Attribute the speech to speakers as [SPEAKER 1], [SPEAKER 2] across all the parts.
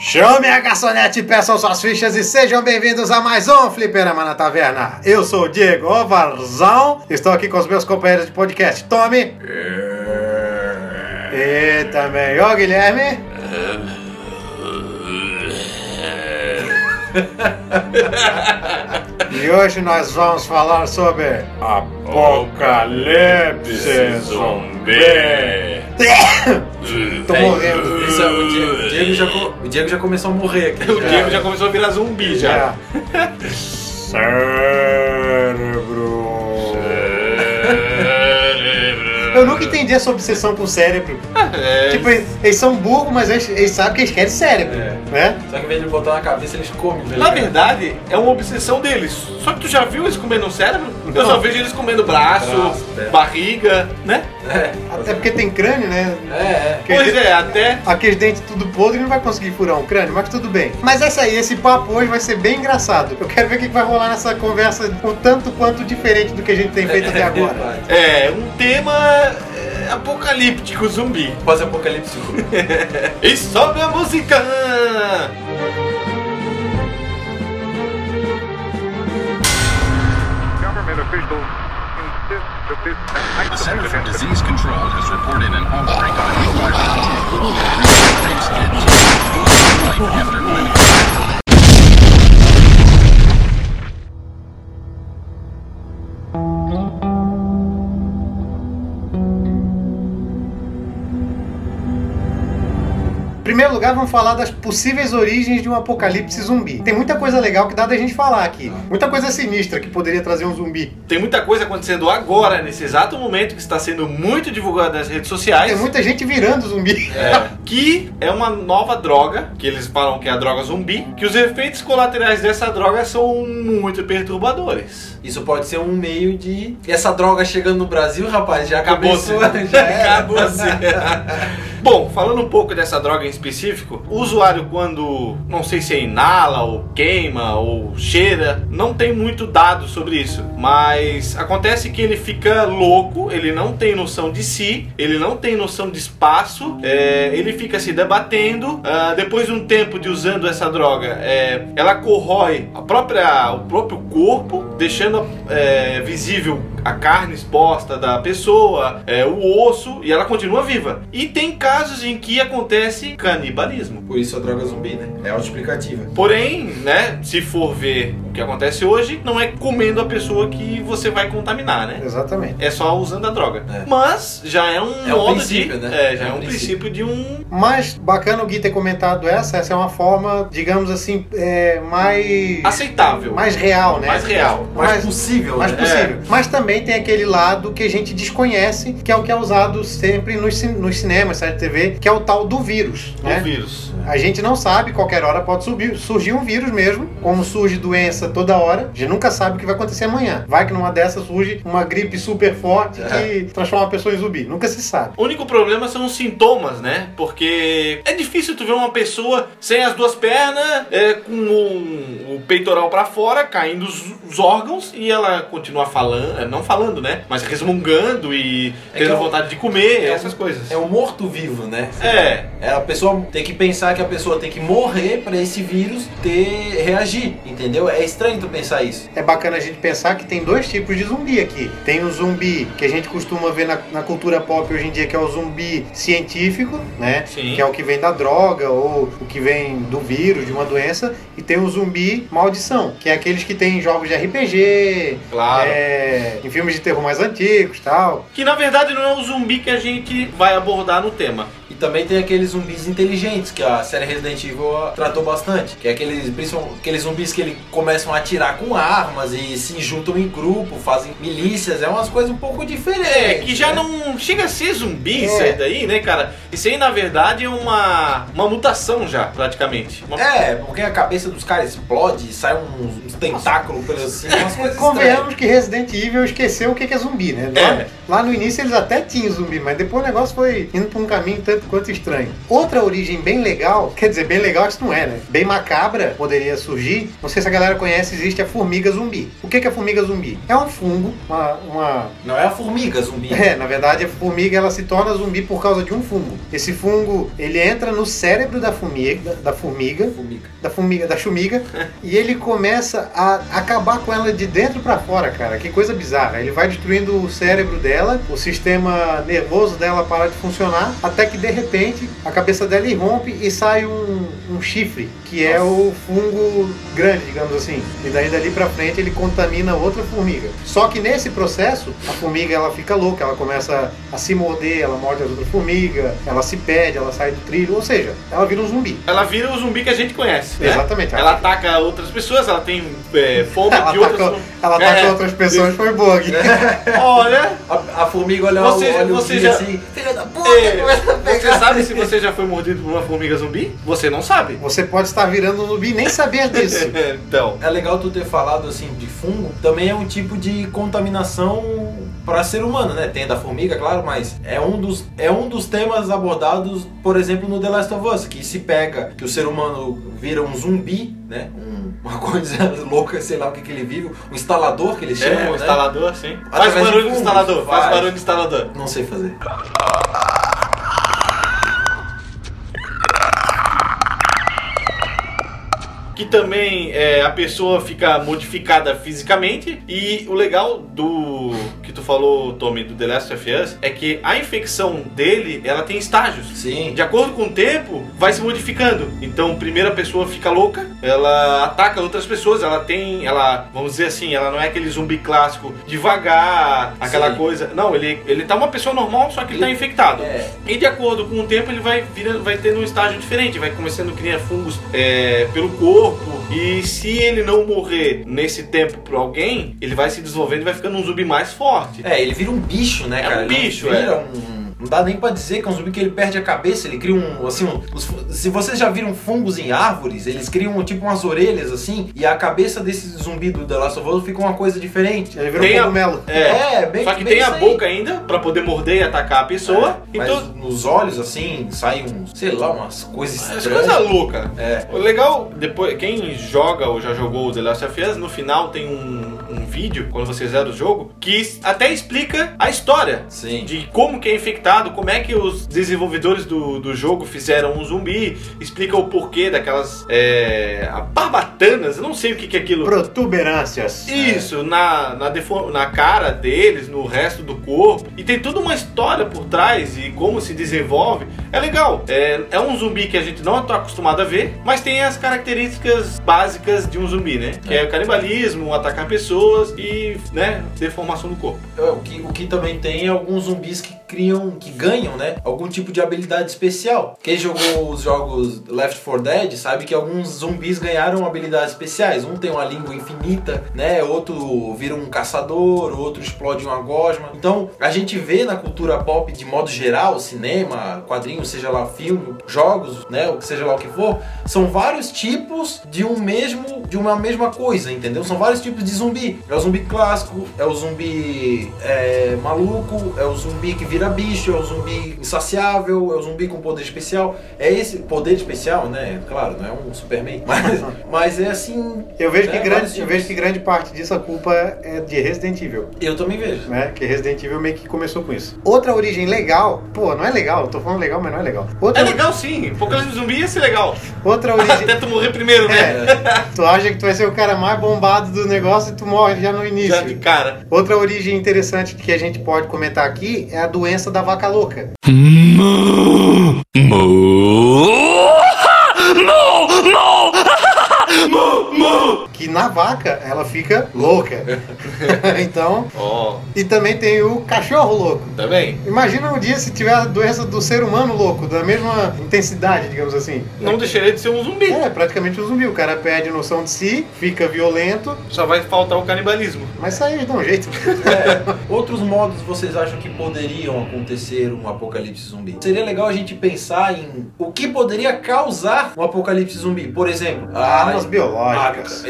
[SPEAKER 1] Chame a garçonete, peçam suas fichas e sejam bem-vindos a mais um Fliperama na Taverna. Eu sou o Diego Ovarzão, estou aqui com os meus companheiros de podcast, Tommy. E também o Guilherme. E hoje nós vamos falar sobre Apocalipse Zumbi. Tô morrendo.
[SPEAKER 2] Isso é, o, Diego, o Diego já, co- o Diego já começou a morrer aqui.
[SPEAKER 3] O Diego já começou a virar zumbi já.
[SPEAKER 1] É. Cérebro. Eu nunca entendi essa obsessão com o cérebro.
[SPEAKER 3] É.
[SPEAKER 1] Tipo, eles, eles são burros, mas eles, eles sabem que eles querem cérebro,
[SPEAKER 2] É.
[SPEAKER 1] né?
[SPEAKER 2] Só que ao invés de botar na cabeça, eles comem. tá
[SPEAKER 3] Na
[SPEAKER 2] ligado?
[SPEAKER 3] verdade, é uma obsessão deles. Só que tu já viu eles comendo um cérebro? Eu só vejo eles comendo braço,
[SPEAKER 2] Braço,
[SPEAKER 1] é.
[SPEAKER 2] perna.
[SPEAKER 3] barriga, né?
[SPEAKER 1] Até porque tem crânio, né?
[SPEAKER 2] É, é.
[SPEAKER 1] Que-
[SPEAKER 3] pois é, até.
[SPEAKER 1] Aqueles dentes tudo podre não vai conseguir furar um crânio, mas tudo bem. Mas essa aí, esse papo hoje vai ser bem engraçado. Eu quero ver o que que vai rolar nessa conversa, o tanto quanto diferente do que a gente tem feito até agora.
[SPEAKER 2] Vai.
[SPEAKER 3] É, um tema é, apocalíptico zumbi.
[SPEAKER 2] Pós-apocalipse.
[SPEAKER 3] E sobe a música!
[SPEAKER 4] government officials insist that this
[SPEAKER 5] The Center for Disease Control has reported an outbreak of a new virus attack. Same skins, like after clinic.
[SPEAKER 1] Em primeiro lugar, vamos falar das possíveis origens de um apocalipse zumbi. Tem muita coisa legal que dá da gente falar aqui. Muita coisa sinistra que poderia trazer um zumbi.
[SPEAKER 3] Tem muita coisa acontecendo agora, nesse exato momento, que está sendo muito divulgado nas redes sociais.
[SPEAKER 1] Tem muita gente virando zumbi.
[SPEAKER 3] que é uma nova droga, que eles falam que é a droga zumbi, que os efeitos colaterais dessa droga são muito perturbadores.
[SPEAKER 2] Isso pode ser um meio de. Essa droga chegando no Brasil, rapaz, já acabou.
[SPEAKER 3] Acabou-se.
[SPEAKER 2] Já é. era.
[SPEAKER 3] Acabou-se. Bom, falando um pouco dessa droga em específico, o usuário quando, não sei se é inala ou queima ou cheira, não tem muito dado sobre isso, mas acontece que ele fica louco, ele não tem noção de si, ele não tem noção de espaço, é, ele fica se debatendo, ah, depois de um tempo de usando essa droga, é, ela corrói a própria, o próprio corpo, deixando é, visível a carne exposta da pessoa, é, o osso, e ela continua viva. E tem casos em que acontece canibalismo.
[SPEAKER 2] Por isso a droga zumbi, né? É autoexplicativa.
[SPEAKER 3] Porém, né, se for ver o que acontece hoje, não é comendo a pessoa que você vai contaminar, né?
[SPEAKER 1] Exatamente.
[SPEAKER 3] É só usando a droga.
[SPEAKER 2] É.
[SPEAKER 3] Mas já é um
[SPEAKER 2] É um
[SPEAKER 3] modo de.
[SPEAKER 2] princípio, né?
[SPEAKER 3] É, já é,
[SPEAKER 2] É um
[SPEAKER 3] um princípio de um.
[SPEAKER 1] Mas bacana o Gui ter comentado essa. Essa é uma forma, digamos assim, é, mais.
[SPEAKER 3] aceitável.
[SPEAKER 1] mais real, né?
[SPEAKER 3] Mais real.
[SPEAKER 2] Mais
[SPEAKER 1] Mais,
[SPEAKER 2] possível,
[SPEAKER 1] mais
[SPEAKER 2] né?
[SPEAKER 1] possível. Mas também tem aquele lado que a gente desconhece, que é o que é usado sempre nos, cin- nos cinemas, série de TV, que é o tal do vírus,
[SPEAKER 3] Um
[SPEAKER 2] É?
[SPEAKER 1] né?
[SPEAKER 3] vírus.
[SPEAKER 1] A gente não sabe, qualquer hora pode subir, surgir um vírus mesmo, como surge doença toda hora, a gente nunca sabe o que vai acontecer amanhã. Vai que numa dessas surge uma gripe super forte que transforma a pessoa em zumbi, nunca se sabe.
[SPEAKER 3] O único problema são os sintomas, né? Porque é difícil tu ver uma pessoa sem as duas pernas, é, com o, o peitoral pra fora, caindo os, os órgãos e ela continua falando, é, não falando, né? Mas resmungando e
[SPEAKER 2] É
[SPEAKER 3] tendo
[SPEAKER 2] que é um-
[SPEAKER 3] vontade de comer,
[SPEAKER 2] é um-
[SPEAKER 3] essas coisas.
[SPEAKER 2] É um morto-vivo, né?
[SPEAKER 3] É,
[SPEAKER 2] É, a pessoa tem que pensar que a pessoa tem que morrer pra esse vírus ter reagir, entendeu? É estranho tu pensar isso.
[SPEAKER 1] É bacana a gente pensar que tem dois tipos de zumbi aqui. Tem um zumbi que a gente costuma ver na, na cultura pop hoje em dia, que é o zumbi científico, né?
[SPEAKER 3] Sim.
[SPEAKER 1] Que é o que vem da droga ou o que vem do vírus, de uma doença. E tem o zumbi maldição, que é aqueles que tem em jogos de RPG,
[SPEAKER 3] claro.
[SPEAKER 1] é, em filmes de terror mais antigos tal.
[SPEAKER 3] Que na verdade não é o zumbi que a gente vai abordar no tema.
[SPEAKER 2] E também tem aqueles zumbis inteligentes que a série Resident Evil ah, tratou bastante. Que é aqueles, principal- aqueles zumbis que eles começam a atirar com armas e se juntam em grupo, fazem milícias, é umas coisas um pouco diferentes.
[SPEAKER 3] É, que já
[SPEAKER 2] né?
[SPEAKER 3] não chega a ser zumbi isso
[SPEAKER 1] É.
[SPEAKER 3] aí daí, né, cara? Isso aí na verdade é uma, uma mutação já, praticamente. Uma
[SPEAKER 2] É, porque a cabeça cabeça dos caras explode, sai um, uns, uns tentáculos pelas assim, umas coisas estranhas.
[SPEAKER 1] Convenhamos que Resident Evil esqueceu o que que é zumbi, né? Lá,
[SPEAKER 2] É.
[SPEAKER 1] lá no início eles até tinham zumbi, mas depois o negócio foi indo pra um caminho tanto quanto estranho. Outra origem bem legal, quer dizer, bem legal isso não é, né? Bem macabra poderia surgir. Não sei se a galera conhece, existe a formiga zumbi. O que que é formiga zumbi? É um fungo, uma- uma
[SPEAKER 2] Não é a formiga zumbi.
[SPEAKER 1] É, na verdade a formiga ela se torna zumbi por causa de um fungo. Esse fungo ele entra no cérebro da formiga, da formiga,
[SPEAKER 2] é Formiga.
[SPEAKER 1] da formiga, da chumiga, e ele começa a acabar com ela de dentro pra fora, cara. Que coisa bizarra. Ele vai destruindo o cérebro dela, o sistema nervoso dela para de funcionar, até que de repente a cabeça dela irrompe e sai um, um chifre, que é o fungo grande, digamos assim. E daí dali pra frente ele contamina outra formiga. Só que nesse processo, a formiga ela fica louca, ela começa a se morder, ela morde as outras formigas, ela se perde, ela sai do trilho, ou seja, ela vira um zumbi.
[SPEAKER 3] Ela vira o zumbi que a gente conhece. né?
[SPEAKER 1] Exatamente.
[SPEAKER 3] Ela ataca outras pessoas, ela tem é, fome
[SPEAKER 1] Ela
[SPEAKER 3] de
[SPEAKER 1] atacou-
[SPEAKER 3] outras.
[SPEAKER 1] Ela
[SPEAKER 3] É.
[SPEAKER 1] ataca outras pessoas, foi bug.
[SPEAKER 3] Olha,
[SPEAKER 2] A, a formiga olha,
[SPEAKER 3] Você-
[SPEAKER 2] olha
[SPEAKER 3] você
[SPEAKER 2] o zumbi
[SPEAKER 3] já-
[SPEAKER 2] assim, filha da puta,
[SPEAKER 3] É.
[SPEAKER 2] começa a pegar.
[SPEAKER 3] você sabe se você já foi mordido por uma formiga zumbi? Você não sabe.
[SPEAKER 1] Você pode estar virando um zumbi e nem saber disso.
[SPEAKER 3] então.
[SPEAKER 2] É legal tu ter falado assim de fungo, também é um tipo de contaminação para ser humano, né? Tem da formiga, claro, mas é um dos é um dos temas abordados, por exemplo, no The Last of Us, que se pega que o ser humano vira um zumbi, né? Um- uma coisa louca, sei lá o que que ele vive, um instalador que eles chamam,
[SPEAKER 3] É, o
[SPEAKER 2] né?
[SPEAKER 3] instalador, sim. Faz
[SPEAKER 2] Através de
[SPEAKER 3] barulho de
[SPEAKER 2] fungos,
[SPEAKER 3] instalador, faz
[SPEAKER 2] faz.
[SPEAKER 3] barulho de instalador.
[SPEAKER 2] Não sei fazer.
[SPEAKER 3] Que também é, a pessoa fica modificada fisicamente. E o legal do que tu falou, Tommy, do The Last of Us, é que a infecção dele, ela tem estágios.
[SPEAKER 2] Sim.
[SPEAKER 3] De acordo com o tempo, vai se modificando. Então, primeiro a pessoa fica louca, ela ataca outras pessoas, ela tem, ela, vamos dizer assim, ela não é aquele zumbi clássico devagar, aquela
[SPEAKER 2] Sim.
[SPEAKER 3] coisa. Não, ele, ele tá uma pessoa normal, só que ele tá infectado.
[SPEAKER 2] É,
[SPEAKER 3] E de acordo com o tempo, ele vai virando, vai tendo um estágio diferente, vai começando a criar fungos é, pelo corpo. E se ele não morrer nesse tempo por alguém, ele vai se desenvolvendo e vai ficando um zumbi mais forte.
[SPEAKER 2] é, ele vira um bicho, né,
[SPEAKER 3] É
[SPEAKER 2] cara?
[SPEAKER 3] um
[SPEAKER 2] Ele não
[SPEAKER 3] bicho,
[SPEAKER 2] vira
[SPEAKER 3] é.
[SPEAKER 2] um- Não dá nem pra dizer que é um zumbi que ele perde a cabeça, ele cria um, assim, um- os fu- se vocês já viram fungos em árvores, eles criam tipo umas orelhas assim, e a cabeça desse zumbi do The Last of Us fica uma coisa diferente. É,
[SPEAKER 1] Ele virou
[SPEAKER 3] Tem
[SPEAKER 1] um
[SPEAKER 3] a-
[SPEAKER 1] cogumelo.
[SPEAKER 2] bem
[SPEAKER 3] É. Só que
[SPEAKER 2] bem
[SPEAKER 3] tem a
[SPEAKER 2] isso aí. É,
[SPEAKER 3] boca ainda pra poder morder e atacar a pessoa.
[SPEAKER 2] Mas
[SPEAKER 3] então,
[SPEAKER 2] nos olhos, assim, saem uns, sei lá, umas coisas
[SPEAKER 3] Mas
[SPEAKER 2] estranhas.
[SPEAKER 3] coisa louca.
[SPEAKER 2] É.
[SPEAKER 3] O legal, depois, quem joga ou já jogou o The Last of Us, no final tem um, um vídeo, quando você zera o jogo, que s- até explica a história.
[SPEAKER 2] Sim.
[SPEAKER 3] De como que é infectado, como é que os desenvolvedores do, do jogo fizeram um zumbi, explica o porquê daquelas é, barbatanas, eu não sei o que, que é aquilo.
[SPEAKER 1] Protuberâncias.
[SPEAKER 3] Isso, na, na, defo- na cara deles, no resto do corpo. E tem toda uma história por trás e como se desenvolve. É legal. É, é um zumbi que a gente não está acostumado a ver, mas tem as características básicas de um zumbi, né? Que é, o canibalismo, atacar pessoas e, né, deformação do corpo.
[SPEAKER 2] É, o, que, o que também tem é alguns zumbis que criam, que ganham, né? Algum tipo de habilidade especial. Quem jogou os jogos Left 4 Dead sabe que alguns zumbis ganharam habilidades especiais. Um tem uma língua infinita, né? Outro vira um caçador, outro explode uma gosma. Então, a gente vê na cultura pop de modo geral, cinema, quadrinhos, seja lá filme, jogos, né? O que seja lá o que for, são vários tipos de um mesmo, de uma mesma coisa, entendeu? São vários tipos de zumbi. É o zumbi clássico, é o zumbi é, maluco, é o zumbi que vira bicho, é o zumbi insaciável, é o zumbi com poder especial. É esse poder especial, né? Claro, não é um Superman, mas, mas é assim.
[SPEAKER 1] Eu vejo, que
[SPEAKER 2] É,
[SPEAKER 1] grande,
[SPEAKER 2] vários
[SPEAKER 1] eu vejo que grande parte disso a culpa é de Resident Evil,
[SPEAKER 2] Eu também vejo.
[SPEAKER 1] né? Que Resident Evil meio que começou com isso. Outra origem legal, pô, não é legal, eu tô falando legal, mas não é legal.
[SPEAKER 3] É
[SPEAKER 1] Outra,
[SPEAKER 3] legal sim, apocalipse zumbi ia ser legal.
[SPEAKER 1] outra origem.
[SPEAKER 3] Até tu morrer primeiro, né?
[SPEAKER 1] É, tu acha que tu vai ser o cara mais bombado do negócio e tu morre já no início.
[SPEAKER 3] Já de cara.
[SPEAKER 1] Outra origem interessante que a gente pode comentar aqui é a doença da vaca louca. Que E na vaca, ela fica louca. então.
[SPEAKER 3] Ó, tá
[SPEAKER 1] E também tem o cachorro louco.
[SPEAKER 3] também.
[SPEAKER 1] Imagina um dia se tiver a doença do ser humano louco, da mesma intensidade, digamos assim.
[SPEAKER 3] Não deixaria de ser um zumbi.
[SPEAKER 1] É, praticamente um zumbi. O cara perde noção de si, fica violento,
[SPEAKER 3] Só vai faltar o canibalismo.
[SPEAKER 1] mas isso aí eles dão um jeito.
[SPEAKER 2] É, outros modos vocês acham que poderiam acontecer um apocalipse zumbi? Seria legal a gente pensar em o que poderia causar um apocalipse zumbi. Por exemplo,
[SPEAKER 1] Armas biológicas.
[SPEAKER 2] Ah,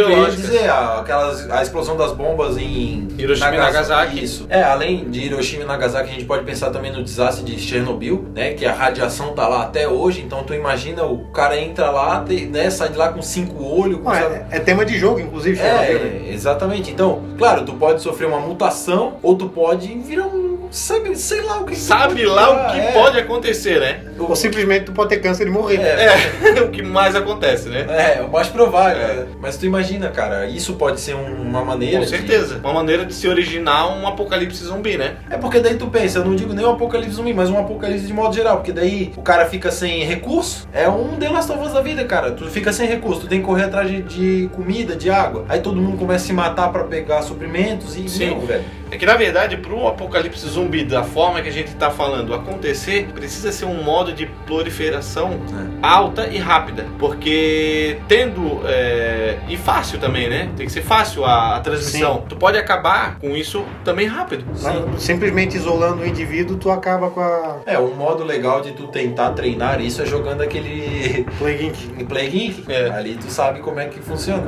[SPEAKER 3] Armas
[SPEAKER 2] o que eu ia
[SPEAKER 3] biológicas.
[SPEAKER 2] dizer. A, aquelas, a explosão das bombas em
[SPEAKER 3] Hiroshima e Nagasaki.
[SPEAKER 2] Isso. É, além de Hiroshima e Nagasaki, a gente pode pensar também no desastre de Chernobyl, né? Que a radiação tá lá até hoje. Então tu imagina o cara entra lá, te- né, sai de lá com cinco olhos, com
[SPEAKER 1] Não, é, é tema de jogo, inclusive. Chernobyl, né?
[SPEAKER 2] é, exatamente. Então, claro, tu pode sofrer uma mutação ou tu pode virar um. Sabe, sei lá o que. que
[SPEAKER 3] Sabe
[SPEAKER 2] pode
[SPEAKER 3] lá
[SPEAKER 2] virar,
[SPEAKER 3] o que
[SPEAKER 2] é.
[SPEAKER 3] pode acontecer, né?
[SPEAKER 1] Ou simplesmente tu pode ter câncer e morrer. Né?
[SPEAKER 2] É,
[SPEAKER 3] É, o que mais acontece, né?
[SPEAKER 2] é, o mais provável.
[SPEAKER 3] É.
[SPEAKER 2] né? Mas tu imagina, cara, isso pode ser um- uma maneira.
[SPEAKER 3] Com
[SPEAKER 2] de-
[SPEAKER 3] certeza. Uma maneira de se originar um apocalipse zumbi, né?
[SPEAKER 2] É porque daí tu pensa, eu não digo nem um apocalipse zumbi, mas um apocalipse de modo geral. Porque daí o cara fica sem recurso. É um The Last of Us da vida, cara. Tu fica sem recurso, tu tem que correr atrás de, de comida, de água. Aí todo mundo começa a se matar pra pegar suprimentos e.
[SPEAKER 3] Sim.
[SPEAKER 2] Meu, velho.
[SPEAKER 3] É que na verdade, para um apocalipse zumbi da forma que a gente tá falando acontecer, precisa ser um modo de proliferação
[SPEAKER 2] É.
[SPEAKER 3] alta e rápida. Porque tendo. é, e fácil também, né? Tem que ser fácil a, a transmissão. Tu pode acabar com isso também rápido.
[SPEAKER 2] Sim.
[SPEAKER 1] Mas simplesmente isolando o indivíduo, tu acaba com a
[SPEAKER 2] É, um modo legal de tu tentar treinar isso é jogando aquele
[SPEAKER 1] Plague Inc.
[SPEAKER 2] Plague Inc.
[SPEAKER 3] É.
[SPEAKER 2] Ali tu sabe como é que funciona.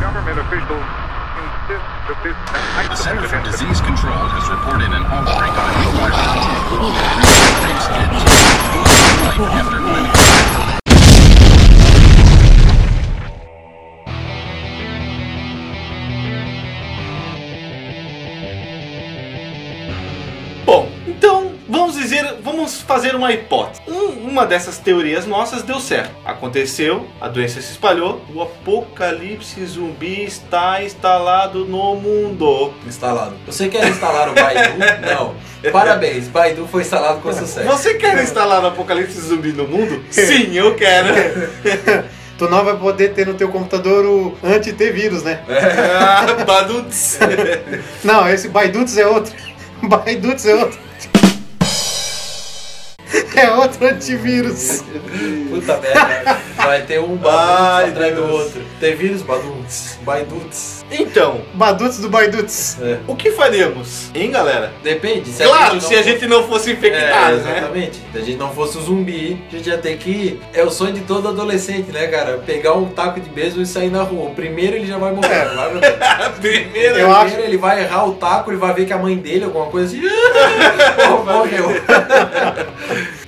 [SPEAKER 4] Government officials insist that this...
[SPEAKER 5] The Center for Disease Control has reported an outbreak on newborn children. Takes kids life after clinic.
[SPEAKER 3] Bom, então vamos dizer, vamos fazer uma hipótese. Um- uma dessas teorias nossas deu certo. Aconteceu, a doença se espalhou, o apocalipse zumbi está instalado no mundo.
[SPEAKER 2] é Instalado. Você quer instalar o Baidu? Não. Parabéns, Baidu foi instalado com sucesso.
[SPEAKER 3] Você quer instalar o apocalipse zumbi no mundo? Sim, eu quero.
[SPEAKER 1] Tu não vai poder ter no teu computador o anti-T-vírus, né?
[SPEAKER 2] É.
[SPEAKER 3] Ah, Badutz.
[SPEAKER 1] Não, esse Baiduts é outro. Baiduts é outro. É outro antivírus.
[SPEAKER 2] Puta merda. Vai ter um Badu
[SPEAKER 3] Ai,
[SPEAKER 2] atrás do
[SPEAKER 3] Deus.
[SPEAKER 2] outro. Tem vírus Badu? Baidu.
[SPEAKER 3] Então,
[SPEAKER 1] Baduts do Baiduts.
[SPEAKER 3] o que faríamos? Hein, galera?
[SPEAKER 2] É. Depende. Se
[SPEAKER 3] claro,
[SPEAKER 2] gente não
[SPEAKER 3] se a
[SPEAKER 2] for-
[SPEAKER 3] gente não fosse
[SPEAKER 2] É,
[SPEAKER 3] infectado, né?
[SPEAKER 2] exatamente. Se a gente não fosse um zumbi, a gente ia ter que. É o sonho de todo adolescente, né, cara? Pegar um taco de beisebol e sair na rua. O primeiro ele já vai morrer.
[SPEAKER 1] É.
[SPEAKER 2] Vai morrer.
[SPEAKER 3] Primeiro,
[SPEAKER 1] Eu acho-
[SPEAKER 2] ele vai errar o taco, ele vai ver que é a mãe dele, alguma coisa assim. Pô, morreu.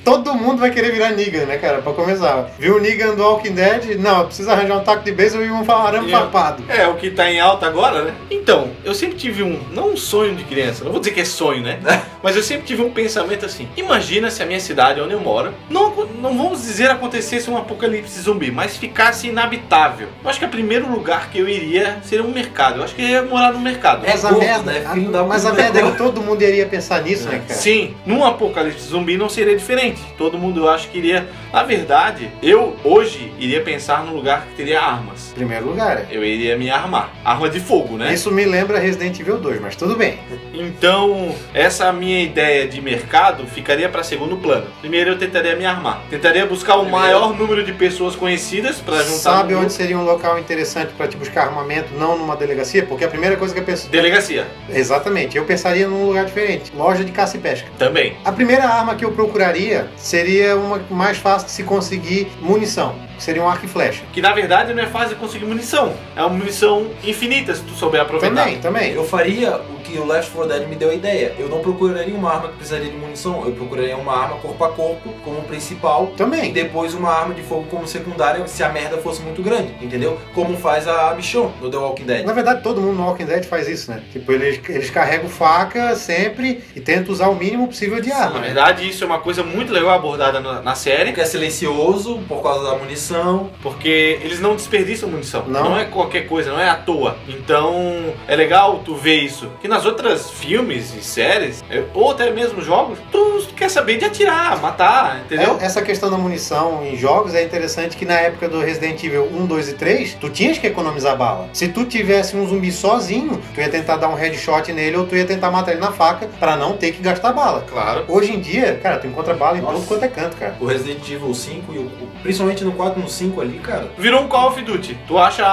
[SPEAKER 1] Todo mundo vai querer virar Negan, né, cara? Pra começar. Viu o Negan do Walking Dead? Não, precisa arranjar um taco de beisebol e um arame
[SPEAKER 3] Eu-
[SPEAKER 1] farpado.
[SPEAKER 3] É, o que tá em alta agora, né? Então, eu sempre tive um, não um sonho de criança, não vou dizer que é sonho, né? Mas eu sempre tive um pensamento assim: imagina se a minha cidade, onde eu moro, não, acon- não vamos dizer acontecesse um apocalipse zumbi, mas ficasse inabitável. Eu acho que o primeiro lugar que eu iria seria um mercado. Eu acho que eu ia morar no mercado.
[SPEAKER 2] É
[SPEAKER 1] Mas a
[SPEAKER 2] gordo,
[SPEAKER 1] merda,
[SPEAKER 2] né? Filho da
[SPEAKER 1] mas a
[SPEAKER 2] puta.
[SPEAKER 1] merda é que todo mundo iria pensar nisso, né, cara?
[SPEAKER 3] Sim, num apocalipse zumbi não seria diferente. Todo mundo eu acho que iria. Na verdade, eu hoje iria pensar num lugar que teria armas.
[SPEAKER 1] Em primeiro lugar, é.
[SPEAKER 3] Eu iria me armar. Arma de fogo, né?
[SPEAKER 1] Isso me lembra Resident Evil 2, mas tudo bem.
[SPEAKER 3] Então, essa minha ideia de mercado ficaria para segundo plano. Primeiro eu tentaria me armar. Tentaria buscar o
[SPEAKER 2] Primeiro.
[SPEAKER 3] maior número de pessoas conhecidas para juntar
[SPEAKER 1] Sabe
[SPEAKER 3] no
[SPEAKER 1] onde seria um local interessante pra te buscar armamento, não numa delegacia? Porque a primeira coisa que eu penso.
[SPEAKER 3] Delegacia.
[SPEAKER 1] Exatamente, eu pensaria num lugar diferente loja de caça e pesca.
[SPEAKER 3] Também.
[SPEAKER 1] A primeira arma que eu procuraria seria uma mais fácil de se conseguir munição, que seria um arco e flecha.
[SPEAKER 3] Que na verdade não é fácil conseguir munição. É uma munição infinita se tu souber aproveitar.
[SPEAKER 1] Também, também.
[SPEAKER 2] Eu faria o que o Left 4 Dead me deu a ideia. Eu não procuraria uma arma que precisaria de munição. Eu procuraria uma arma corpo a corpo como principal e
[SPEAKER 1] Também.
[SPEAKER 2] depois uma arma de fogo como secundária se a merda fosse muito grande, entendeu? Como faz a Michonne no The Walking Dead.
[SPEAKER 1] Na verdade, todo mundo no Walking Dead faz isso, né? Tipo, eles, eles carregam faca sempre e tentam usar o mínimo possível de
[SPEAKER 3] Na
[SPEAKER 1] arma. né?
[SPEAKER 3] verdade, isso é uma coisa muito legal abordada na, na série,
[SPEAKER 2] Porque é silencioso por causa da munição.
[SPEAKER 3] porque eles não desperdiçam munição.
[SPEAKER 1] Não.
[SPEAKER 3] é qualquer coisa, não é à toa. Então, é legal tu ver isso. Que na nas outras filmes e séries, é, ou até mesmo jogos, tu quer saber de atirar, matar, entendeu?
[SPEAKER 1] É, Essa questão da munição em jogos é interessante que na época do Resident Evil 1, 2 e 3, tu tinhas que economizar bala. Se tu tivesse um zumbi sozinho, tu ia tentar dar um headshot nele ou tu ia tentar matar ele na faca pra não ter que gastar bala.
[SPEAKER 3] Claro.
[SPEAKER 1] Hoje em dia, cara, tu encontra bala em
[SPEAKER 2] Nossa.
[SPEAKER 1] todo quanto é canto, cara.
[SPEAKER 2] O Resident Evil 5 e o. o- Principalmente no 4 e no 5 ali, cara.
[SPEAKER 3] Virou um Call of Duty. Tu acha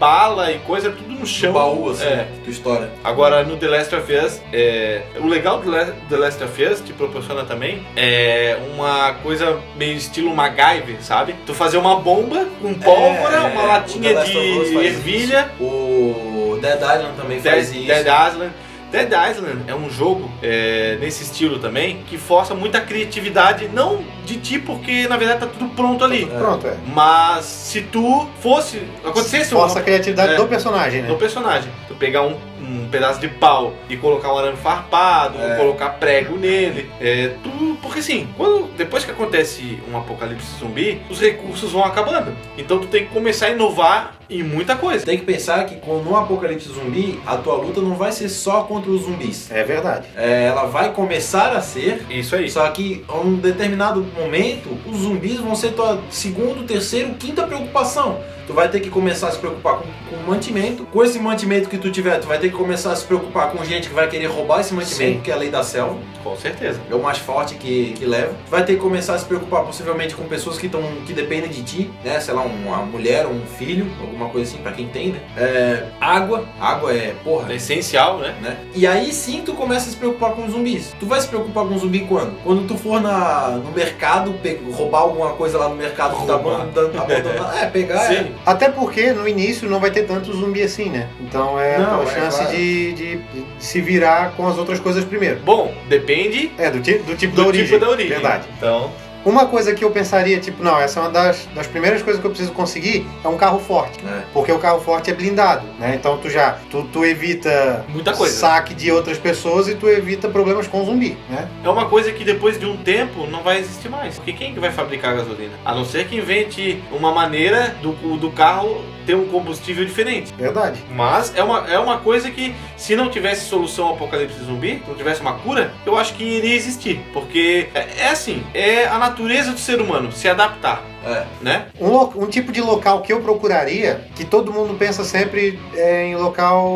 [SPEAKER 3] bala e coisa tudo no
[SPEAKER 2] No
[SPEAKER 3] chão.
[SPEAKER 2] baú, assim,
[SPEAKER 3] É.
[SPEAKER 2] tu estoura.
[SPEAKER 3] Agora no The Last of Us, é, o legal do Le- The Last of Us que proporciona também é uma coisa meio estilo MacGyver, sabe? Tu fazer uma bomba com pólvora,
[SPEAKER 2] É,
[SPEAKER 3] uma
[SPEAKER 2] o
[SPEAKER 3] latinha
[SPEAKER 2] The Last of Us
[SPEAKER 3] de
[SPEAKER 2] faz
[SPEAKER 3] ervilha,
[SPEAKER 2] isso. O Dead Island também
[SPEAKER 3] Dead,
[SPEAKER 2] faz isso.
[SPEAKER 3] Dead Island. Dead Island é um jogo é, nesse estilo também que força muita criatividade, não de ti, porque na verdade tá tudo pronto ali.
[SPEAKER 2] É.
[SPEAKER 1] Pronto, é.
[SPEAKER 3] Mas se tu fosse. Acontecesse uma
[SPEAKER 1] Força a criatividade
[SPEAKER 3] É.
[SPEAKER 1] do personagem,
[SPEAKER 3] no
[SPEAKER 1] né?
[SPEAKER 3] personagem. Tu pegar um, um pedaço de pau e colocar um arame farpado,
[SPEAKER 2] É.
[SPEAKER 3] colocar prego nele. É, tu, porque assim, quando, depois que acontece um apocalipse zumbi, os recursos vão acabando. Então tu tem que começar a inovar em muita coisa.
[SPEAKER 2] Tem que pensar que com- no apocalipse zumbi, a tua luta não vai ser só contra os zumbis.
[SPEAKER 1] É verdade.
[SPEAKER 2] É, ela vai começar a ser,
[SPEAKER 3] Isso aí.
[SPEAKER 2] só que a um determinado momento, os zumbis vão ser tua segundo, terceiro, quinta preocupação. Tu vai ter que começar a se preocupar com, com mantimento. Com esse mantimento que tu tiver, tu vai ter que começar a se preocupar com gente que vai querer roubar esse mantimento,
[SPEAKER 1] Sim.
[SPEAKER 2] que é a lei da selva.
[SPEAKER 3] Com certeza.
[SPEAKER 2] é o mais forte que, que leva. Tu vai ter que começar a se preocupar possivelmente com pessoas que, tão, que dependem de ti, né? Sei lá, uma mulher, um filho, alguma coisa assim, pra quem tem, né? É, água, água é porra.
[SPEAKER 3] É essencial, né?
[SPEAKER 2] Né? E aí sim tu começa a se preocupar com os zumbis. Tu vai se preocupar com zumbi quando? Quando tu for na, no mercado, pe- roubar alguma coisa lá no mercado que tá
[SPEAKER 3] Roubar.
[SPEAKER 2] abandonado. abandonado. É, pegar. é.
[SPEAKER 3] Sim.
[SPEAKER 1] Até porque no início não vai ter tanto zumbi assim, né? Então é
[SPEAKER 2] Não,
[SPEAKER 1] a
[SPEAKER 2] é
[SPEAKER 1] chance
[SPEAKER 2] claro.
[SPEAKER 1] de, de- de se virar com as outras coisas primeiro.
[SPEAKER 3] Bom, depende
[SPEAKER 1] É, do, ti- do tipo
[SPEAKER 3] do
[SPEAKER 1] da origem.
[SPEAKER 3] tipo da origem.
[SPEAKER 1] Verdade.
[SPEAKER 3] Então,
[SPEAKER 1] Uma coisa que eu pensaria, tipo, não, essa é uma das, das primeiras coisas que eu preciso conseguir é um carro forte.
[SPEAKER 2] É.
[SPEAKER 1] Porque o carro forte é blindado, né? Então tu já, tu, tu evita
[SPEAKER 3] muita coisa.
[SPEAKER 1] saque de outras pessoas e tu evita problemas com zumbi, né?
[SPEAKER 3] É uma coisa que depois de um tempo não vai existir mais. Porque quem que vai fabricar gasolina? A não ser que invente uma maneira do, do carro ter um combustível diferente.
[SPEAKER 1] Verdade.
[SPEAKER 3] Mas é uma, é uma coisa que, se não tivesse solução ao apocalipse zumbi, não tivesse uma cura, eu acho que iria existir. Porque é, é assim, é a natureza do ser humano, se adaptar,
[SPEAKER 2] É.
[SPEAKER 3] né?
[SPEAKER 1] Um, lo- um tipo de local que eu procuraria, que todo mundo pensa sempre é, em local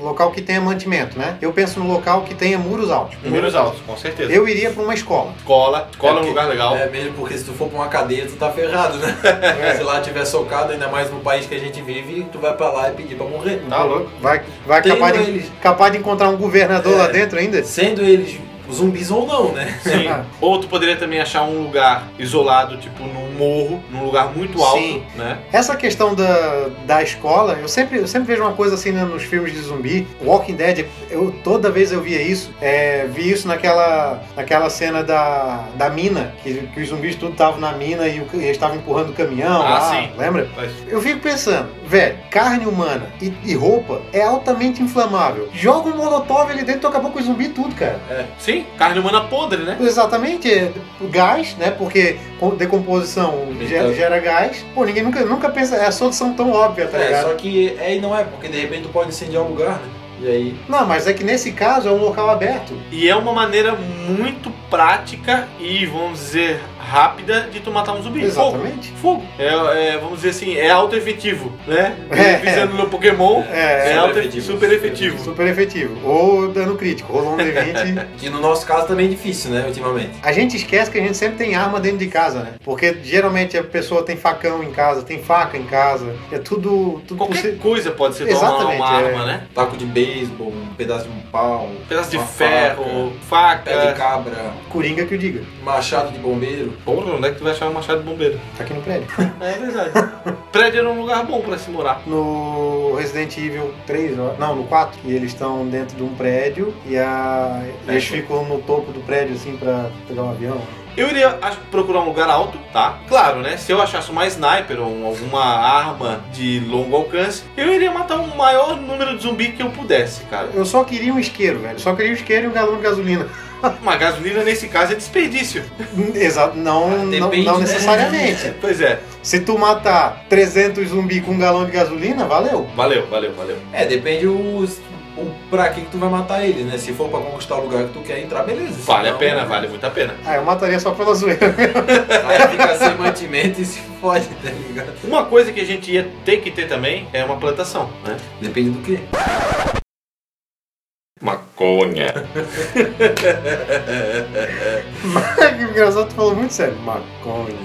[SPEAKER 1] local que tenha mantimento, né? Eu penso no local que tenha muros altos.
[SPEAKER 3] Números altos, com certeza.
[SPEAKER 1] Eu iria pra uma escola.
[SPEAKER 3] Escola, escola é um
[SPEAKER 2] porque-
[SPEAKER 3] lugar legal.
[SPEAKER 2] É mesmo porque se tu for pra uma cadeia, tu tá ferrado, né?
[SPEAKER 1] É.
[SPEAKER 2] Se lá tiver socado, ainda mais no país que a gente vive, tu vai pra lá e pedir pra morrer.
[SPEAKER 3] Tá louco?
[SPEAKER 1] Vai, vai
[SPEAKER 2] Tendo
[SPEAKER 1] capaz, de,
[SPEAKER 2] eles,
[SPEAKER 1] capaz de encontrar um governador
[SPEAKER 2] É.
[SPEAKER 1] lá dentro ainda?
[SPEAKER 2] sendo eles zumbis ou não, né?
[SPEAKER 3] Sim.
[SPEAKER 1] Ah.
[SPEAKER 3] Ou tu poderia também achar um lugar isolado, tipo num morro, num lugar muito alto,
[SPEAKER 1] Sim.
[SPEAKER 3] né?
[SPEAKER 1] Essa questão da, da escola, eu sempre, eu sempre vejo uma coisa assim né, nos filmes de zumbi. Walking Dead, eu, toda vez eu via isso. É, vi isso naquela, naquela cena da, da mina, que, que os zumbis tudo estavam na mina e, o- e eles estavam empurrando o caminhão.
[SPEAKER 3] Ah,
[SPEAKER 1] lá,
[SPEAKER 3] sim.
[SPEAKER 1] Lembra?
[SPEAKER 3] Mas
[SPEAKER 1] Eu fico pensando, velho, carne humana e, e roupa é altamente inflamável. Joga um molotov ali dentro, tu acabou com o zumbi e tudo, cara.
[SPEAKER 3] Sim, carne humana podre, né?
[SPEAKER 1] Exatamente, é, o gás, né? Porque com- decomposição gera,
[SPEAKER 2] Então.
[SPEAKER 1] gera gás. Pô, ninguém nunca, nunca pensa, é a solução tão óbvia, tá
[SPEAKER 2] É,
[SPEAKER 1] ligado?
[SPEAKER 2] só que é e não é, porque de repente tu pode incendiar um lugar, né? E aí.
[SPEAKER 1] Não, mas é que nesse caso é um local aberto.
[SPEAKER 3] E é uma maneira muito prática e, vamos dizer, rápida de tu matar um zumbi.
[SPEAKER 1] Exatamente.
[SPEAKER 3] Fogo. Fogo. É, é, vamos dizer assim, é auto-efetivo, né?
[SPEAKER 1] É.
[SPEAKER 3] Visando no Pokémon, é,
[SPEAKER 1] É,
[SPEAKER 2] Super
[SPEAKER 3] auto
[SPEAKER 2] efetivo,
[SPEAKER 3] super efetivo.
[SPEAKER 1] super efetivo. Ou dano crítico, rolou um D20.
[SPEAKER 2] Que no nosso caso também é difícil, né? Ultimamente.
[SPEAKER 1] A gente esquece que a gente sempre tem arma dentro de casa, né? Porque geralmente a pessoa tem facão em casa, tem faca em casa. É tudo, tudo
[SPEAKER 3] Qualquer
[SPEAKER 1] possi-
[SPEAKER 3] coisa pode ser tomar uma,
[SPEAKER 1] Exatamente, é.
[SPEAKER 3] arma, né?
[SPEAKER 2] Taco de beisebol, um pedaço de um pau,
[SPEAKER 3] Um pedaço de
[SPEAKER 2] Uma
[SPEAKER 3] ferro, um
[SPEAKER 2] pé de
[SPEAKER 3] faca.
[SPEAKER 2] cabra,
[SPEAKER 1] coringa que eu diga.
[SPEAKER 2] machado de bombeiro.
[SPEAKER 3] Porra, onde é que tu vai achar um machado de bombeiro?
[SPEAKER 1] Tá aqui no prédio.
[SPEAKER 3] É verdade. Prédio era um lugar bom pra se morar.
[SPEAKER 1] No Resident Evil 3, ó, não, no 4, que eles estão dentro de um prédio e, a, e eles ficam no topo do prédio assim pra pegar um avião.
[SPEAKER 3] Eu iria ach- procurar um lugar alto, tá? Claro, né? Se eu achasse uma sniper ou um- alguma arma de longo alcance, eu iria matar o maior número de zumbi que eu pudesse, cara.
[SPEAKER 1] Eu só queria um isqueiro, velho. Só queria um isqueiro e um galão de gasolina.
[SPEAKER 3] Uma gasolina, nesse caso, é desperdício.
[SPEAKER 1] Exato, não, não,
[SPEAKER 2] Depende,
[SPEAKER 1] não
[SPEAKER 2] né?
[SPEAKER 1] necessariamente.
[SPEAKER 3] Pois é.
[SPEAKER 1] Se tu matar 300 zumbi com um galão de gasolina, valeu.
[SPEAKER 3] Valeu, valeu, valeu.
[SPEAKER 2] É, depende os. ou pra que, que tu vai matar eles, né? Se for pra conquistar o lugar que tu quer entrar, beleza.
[SPEAKER 3] Vale a
[SPEAKER 2] Senão,
[SPEAKER 3] pena, vale muito a pena.
[SPEAKER 1] Ah, eu mataria só pela zoeira.
[SPEAKER 2] Aí fica sem mantimento e se fode, tá ligado?
[SPEAKER 3] Uma coisa que a gente ia ter que ter também é uma plantação, né?
[SPEAKER 2] Depende do quê?
[SPEAKER 3] Maconha.
[SPEAKER 1] que engraçado, tu falou muito sério. Maconha.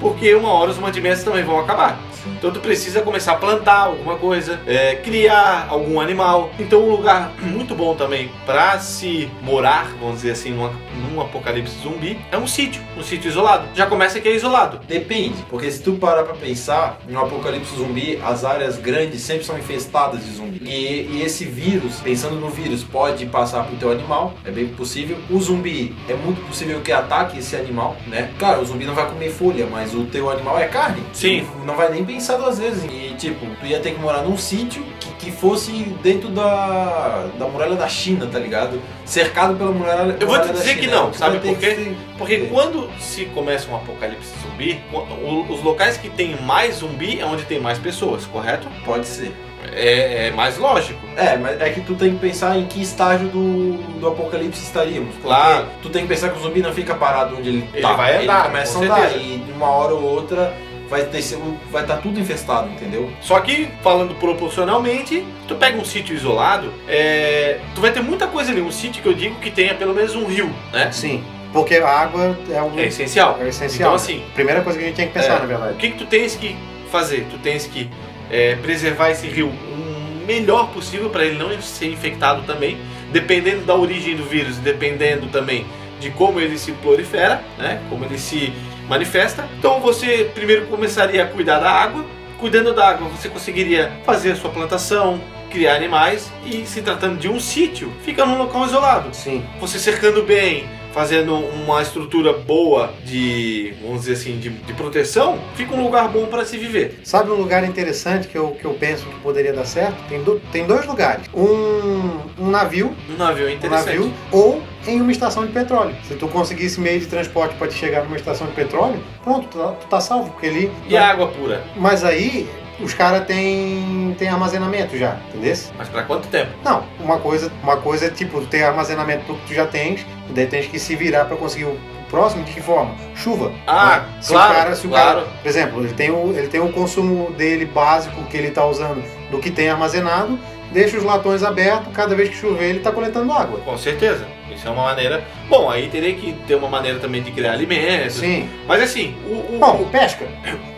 [SPEAKER 3] Porque uma hora os mantimentos também vão acabar. Então tu precisa começar a plantar alguma coisa, é, criar algum animal. Então um lugar muito bom também para se morar, vamos dizer assim, numa- num apocalipse zumbi, é um sítio, um sítio isolado. Já começa que é isolado.
[SPEAKER 2] Depende, porque se tu parar pra pensar, no apocalipse zumbi, as áreas grandes sempre são infestadas de zumbi. E, e esse vírus, pensando no vírus, pode passar pro teu animal, é bem possível. O zumbi, é muito possível que ataque esse animal, né? Cara, o zumbi não vai comer folha, mas o teu animal é carne.
[SPEAKER 3] Sim.
[SPEAKER 2] Tu Não vai nem pensar duas vezes. E, tipo, tu ia ter que morar num sítio que, que fosse dentro da, da muralha da China, tá ligado? Cercado pela muralha,
[SPEAKER 3] Eu vou te
[SPEAKER 2] muralha da
[SPEAKER 3] dizer que
[SPEAKER 2] China.
[SPEAKER 3] não,
[SPEAKER 2] Tu
[SPEAKER 3] sabe
[SPEAKER 2] vai ter
[SPEAKER 3] por quê?
[SPEAKER 2] que ser-
[SPEAKER 3] Porque
[SPEAKER 2] É.
[SPEAKER 3] quando se começa um apocalipse zumbi, o- os locais que tem mais zumbi é onde tem mais pessoas, correto?
[SPEAKER 2] Pode ser.
[SPEAKER 3] É, é mais lógico.
[SPEAKER 2] É, mas é que tu tem que pensar em que estágio do, do apocalipse estaríamos. porque
[SPEAKER 3] Claro.
[SPEAKER 2] Tu tem que pensar que o zumbi não fica parado onde ele,
[SPEAKER 3] Ele
[SPEAKER 2] tá.
[SPEAKER 3] vai andar,
[SPEAKER 2] ele começa a
[SPEAKER 3] com
[SPEAKER 2] andar
[SPEAKER 3] certeza.
[SPEAKER 2] e de uma hora ou outra vai ter sido- vai estar tudo infestado, entendeu?
[SPEAKER 3] Só que, falando proporcionalmente, tu pega um sítio isolado, é, tu vai ter muita coisa ali. Um sítio que eu digo que tenha pelo menos um rio, né?
[SPEAKER 1] Sim. Porque a água é o,
[SPEAKER 3] É essencial.
[SPEAKER 1] é o essencial.
[SPEAKER 3] Então, assim,
[SPEAKER 1] Primeira coisa que a gente tem que pensar,
[SPEAKER 3] É.
[SPEAKER 1] na
[SPEAKER 3] o
[SPEAKER 1] verdade.
[SPEAKER 3] que, que tu tens que fazer? Tu tens que é, preservar esse rio o melhor possível para ele não ser infectado também, dependendo da origem do vírus, dependendo também de como ele se prolifera, né? Como ele se manifesta. Então você primeiro começaria a cuidar da água. Cuidando da água, você conseguiria fazer a sua plantação, criar animais e se tratando de um sítio, fica num local isolado
[SPEAKER 1] Sim.
[SPEAKER 3] você cercando bem, fazendo uma estrutura boa de, vamos dizer assim, de, de proteção, fica um lugar bom para se viver.
[SPEAKER 1] Sabe um lugar interessante que eu, que eu penso que poderia dar certo? Tem, do- tem dois lugares. Um, um navio,
[SPEAKER 3] Um navio é
[SPEAKER 1] um
[SPEAKER 3] interessante.
[SPEAKER 1] navio ou em uma estação de petróleo. Se tu conseguisse meio de transporte para te chegar numa estação de petróleo, pronto, tu tá, tu tá salvo, porque ali...
[SPEAKER 3] E a água pura,
[SPEAKER 1] Mas aí os caras têm tem armazenamento já, entendeu?
[SPEAKER 3] mas para quanto tempo?
[SPEAKER 1] Não, uma coisa, uma coisa é tipo ter armazenamento pro que tu já tens, e daí tens que se virar para conseguir o próximo de que forma? Chuva.
[SPEAKER 3] Ah,
[SPEAKER 1] Né? se
[SPEAKER 3] claro,
[SPEAKER 1] o cara, se o
[SPEAKER 3] claro.
[SPEAKER 1] cara, por exemplo, ele tem o ele tem o consumo dele básico que ele tá usando do que tem armazenado, deixa os latões abertos, cada vez que chover ele tá coletando água.
[SPEAKER 3] Com certeza. Isso é uma maneira. Bom, aí teria que ter uma maneira também de criar alimentos.
[SPEAKER 1] Sim.
[SPEAKER 3] Mas assim, o, o-
[SPEAKER 1] Bom, pesca.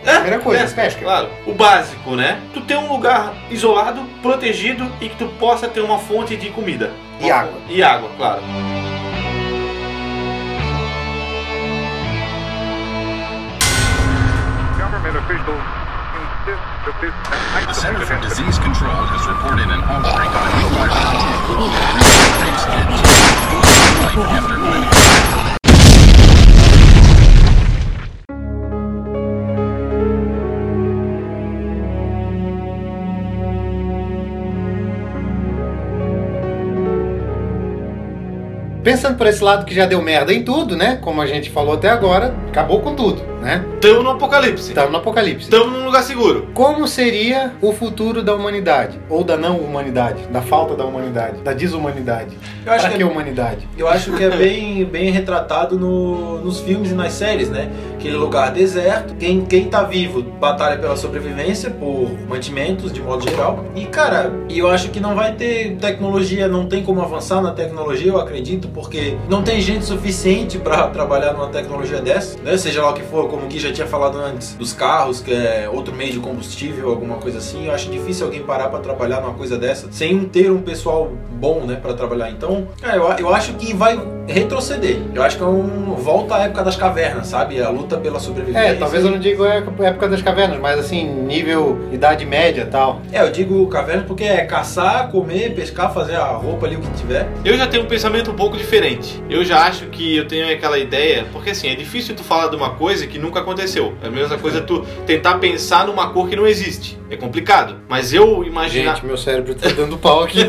[SPEAKER 3] É,
[SPEAKER 1] Primeira coisa, pesca.
[SPEAKER 3] Claro, o básico, né? Tu ter um lugar isolado, protegido e que tu possa ter uma fonte de comida.
[SPEAKER 1] E
[SPEAKER 3] Uma
[SPEAKER 1] água.
[SPEAKER 3] fo- E água, claro.
[SPEAKER 4] Government officials insist that this
[SPEAKER 5] The
[SPEAKER 4] type
[SPEAKER 5] Center
[SPEAKER 4] of
[SPEAKER 5] for
[SPEAKER 4] incident
[SPEAKER 5] Disease Control has reported an outbreak of new virus. After clinic.
[SPEAKER 1] Pensando por esse lado que já deu merda em tudo, né? Como a gente falou até agora, acabou com tudo, né?
[SPEAKER 3] Estamos no apocalipse.
[SPEAKER 1] Estamos no apocalipse.
[SPEAKER 3] Estamos num lugar seguro.
[SPEAKER 1] Como seria o futuro da humanidade? Ou da não humanidade, da falta da humanidade, da desumanidade.
[SPEAKER 2] Eu acho
[SPEAKER 1] Pra
[SPEAKER 2] que é
[SPEAKER 1] que humanidade?
[SPEAKER 2] Eu acho que é bem, bem retratado no- nos filmes e nas séries, né? Aquele lugar deserto, quem, quem tá vivo batalha pela sobrevivência, por mantimentos de modo geral. E cara, e eu acho que não vai ter tecnologia, não tem como avançar na tecnologia, eu acredito, porque não tem gente suficiente pra trabalhar numa tecnologia dessa, né? Seja lá o que for, como o Gui já tinha falado antes, dos carros, que é outro meio de combustível, alguma coisa assim. Eu acho difícil alguém parar pra trabalhar numa coisa dessa sem um- ter um pessoal bom, né, pra trabalhar. Então, cara, eu, a- eu acho que vai retroceder. Eu acho que é um volta à época das cavernas, sabe? A luta pela sobrevivência.
[SPEAKER 1] É, talvez eu não digo é época das cavernas, mas assim, nível idade média e tal.
[SPEAKER 2] É, eu digo caverna porque é caçar, comer, pescar, fazer a roupa ali o que tiver.
[SPEAKER 3] Eu já tenho um pensamento um pouco diferente. Eu já acho que eu tenho aquela ideia, porque assim, é difícil tu falar de uma coisa que nunca aconteceu. É a mesma coisa tu tentar pensar numa cor que não existe. É complicado. Mas eu imaginar.
[SPEAKER 6] Gente, meu cérebro tá dando pau aqui.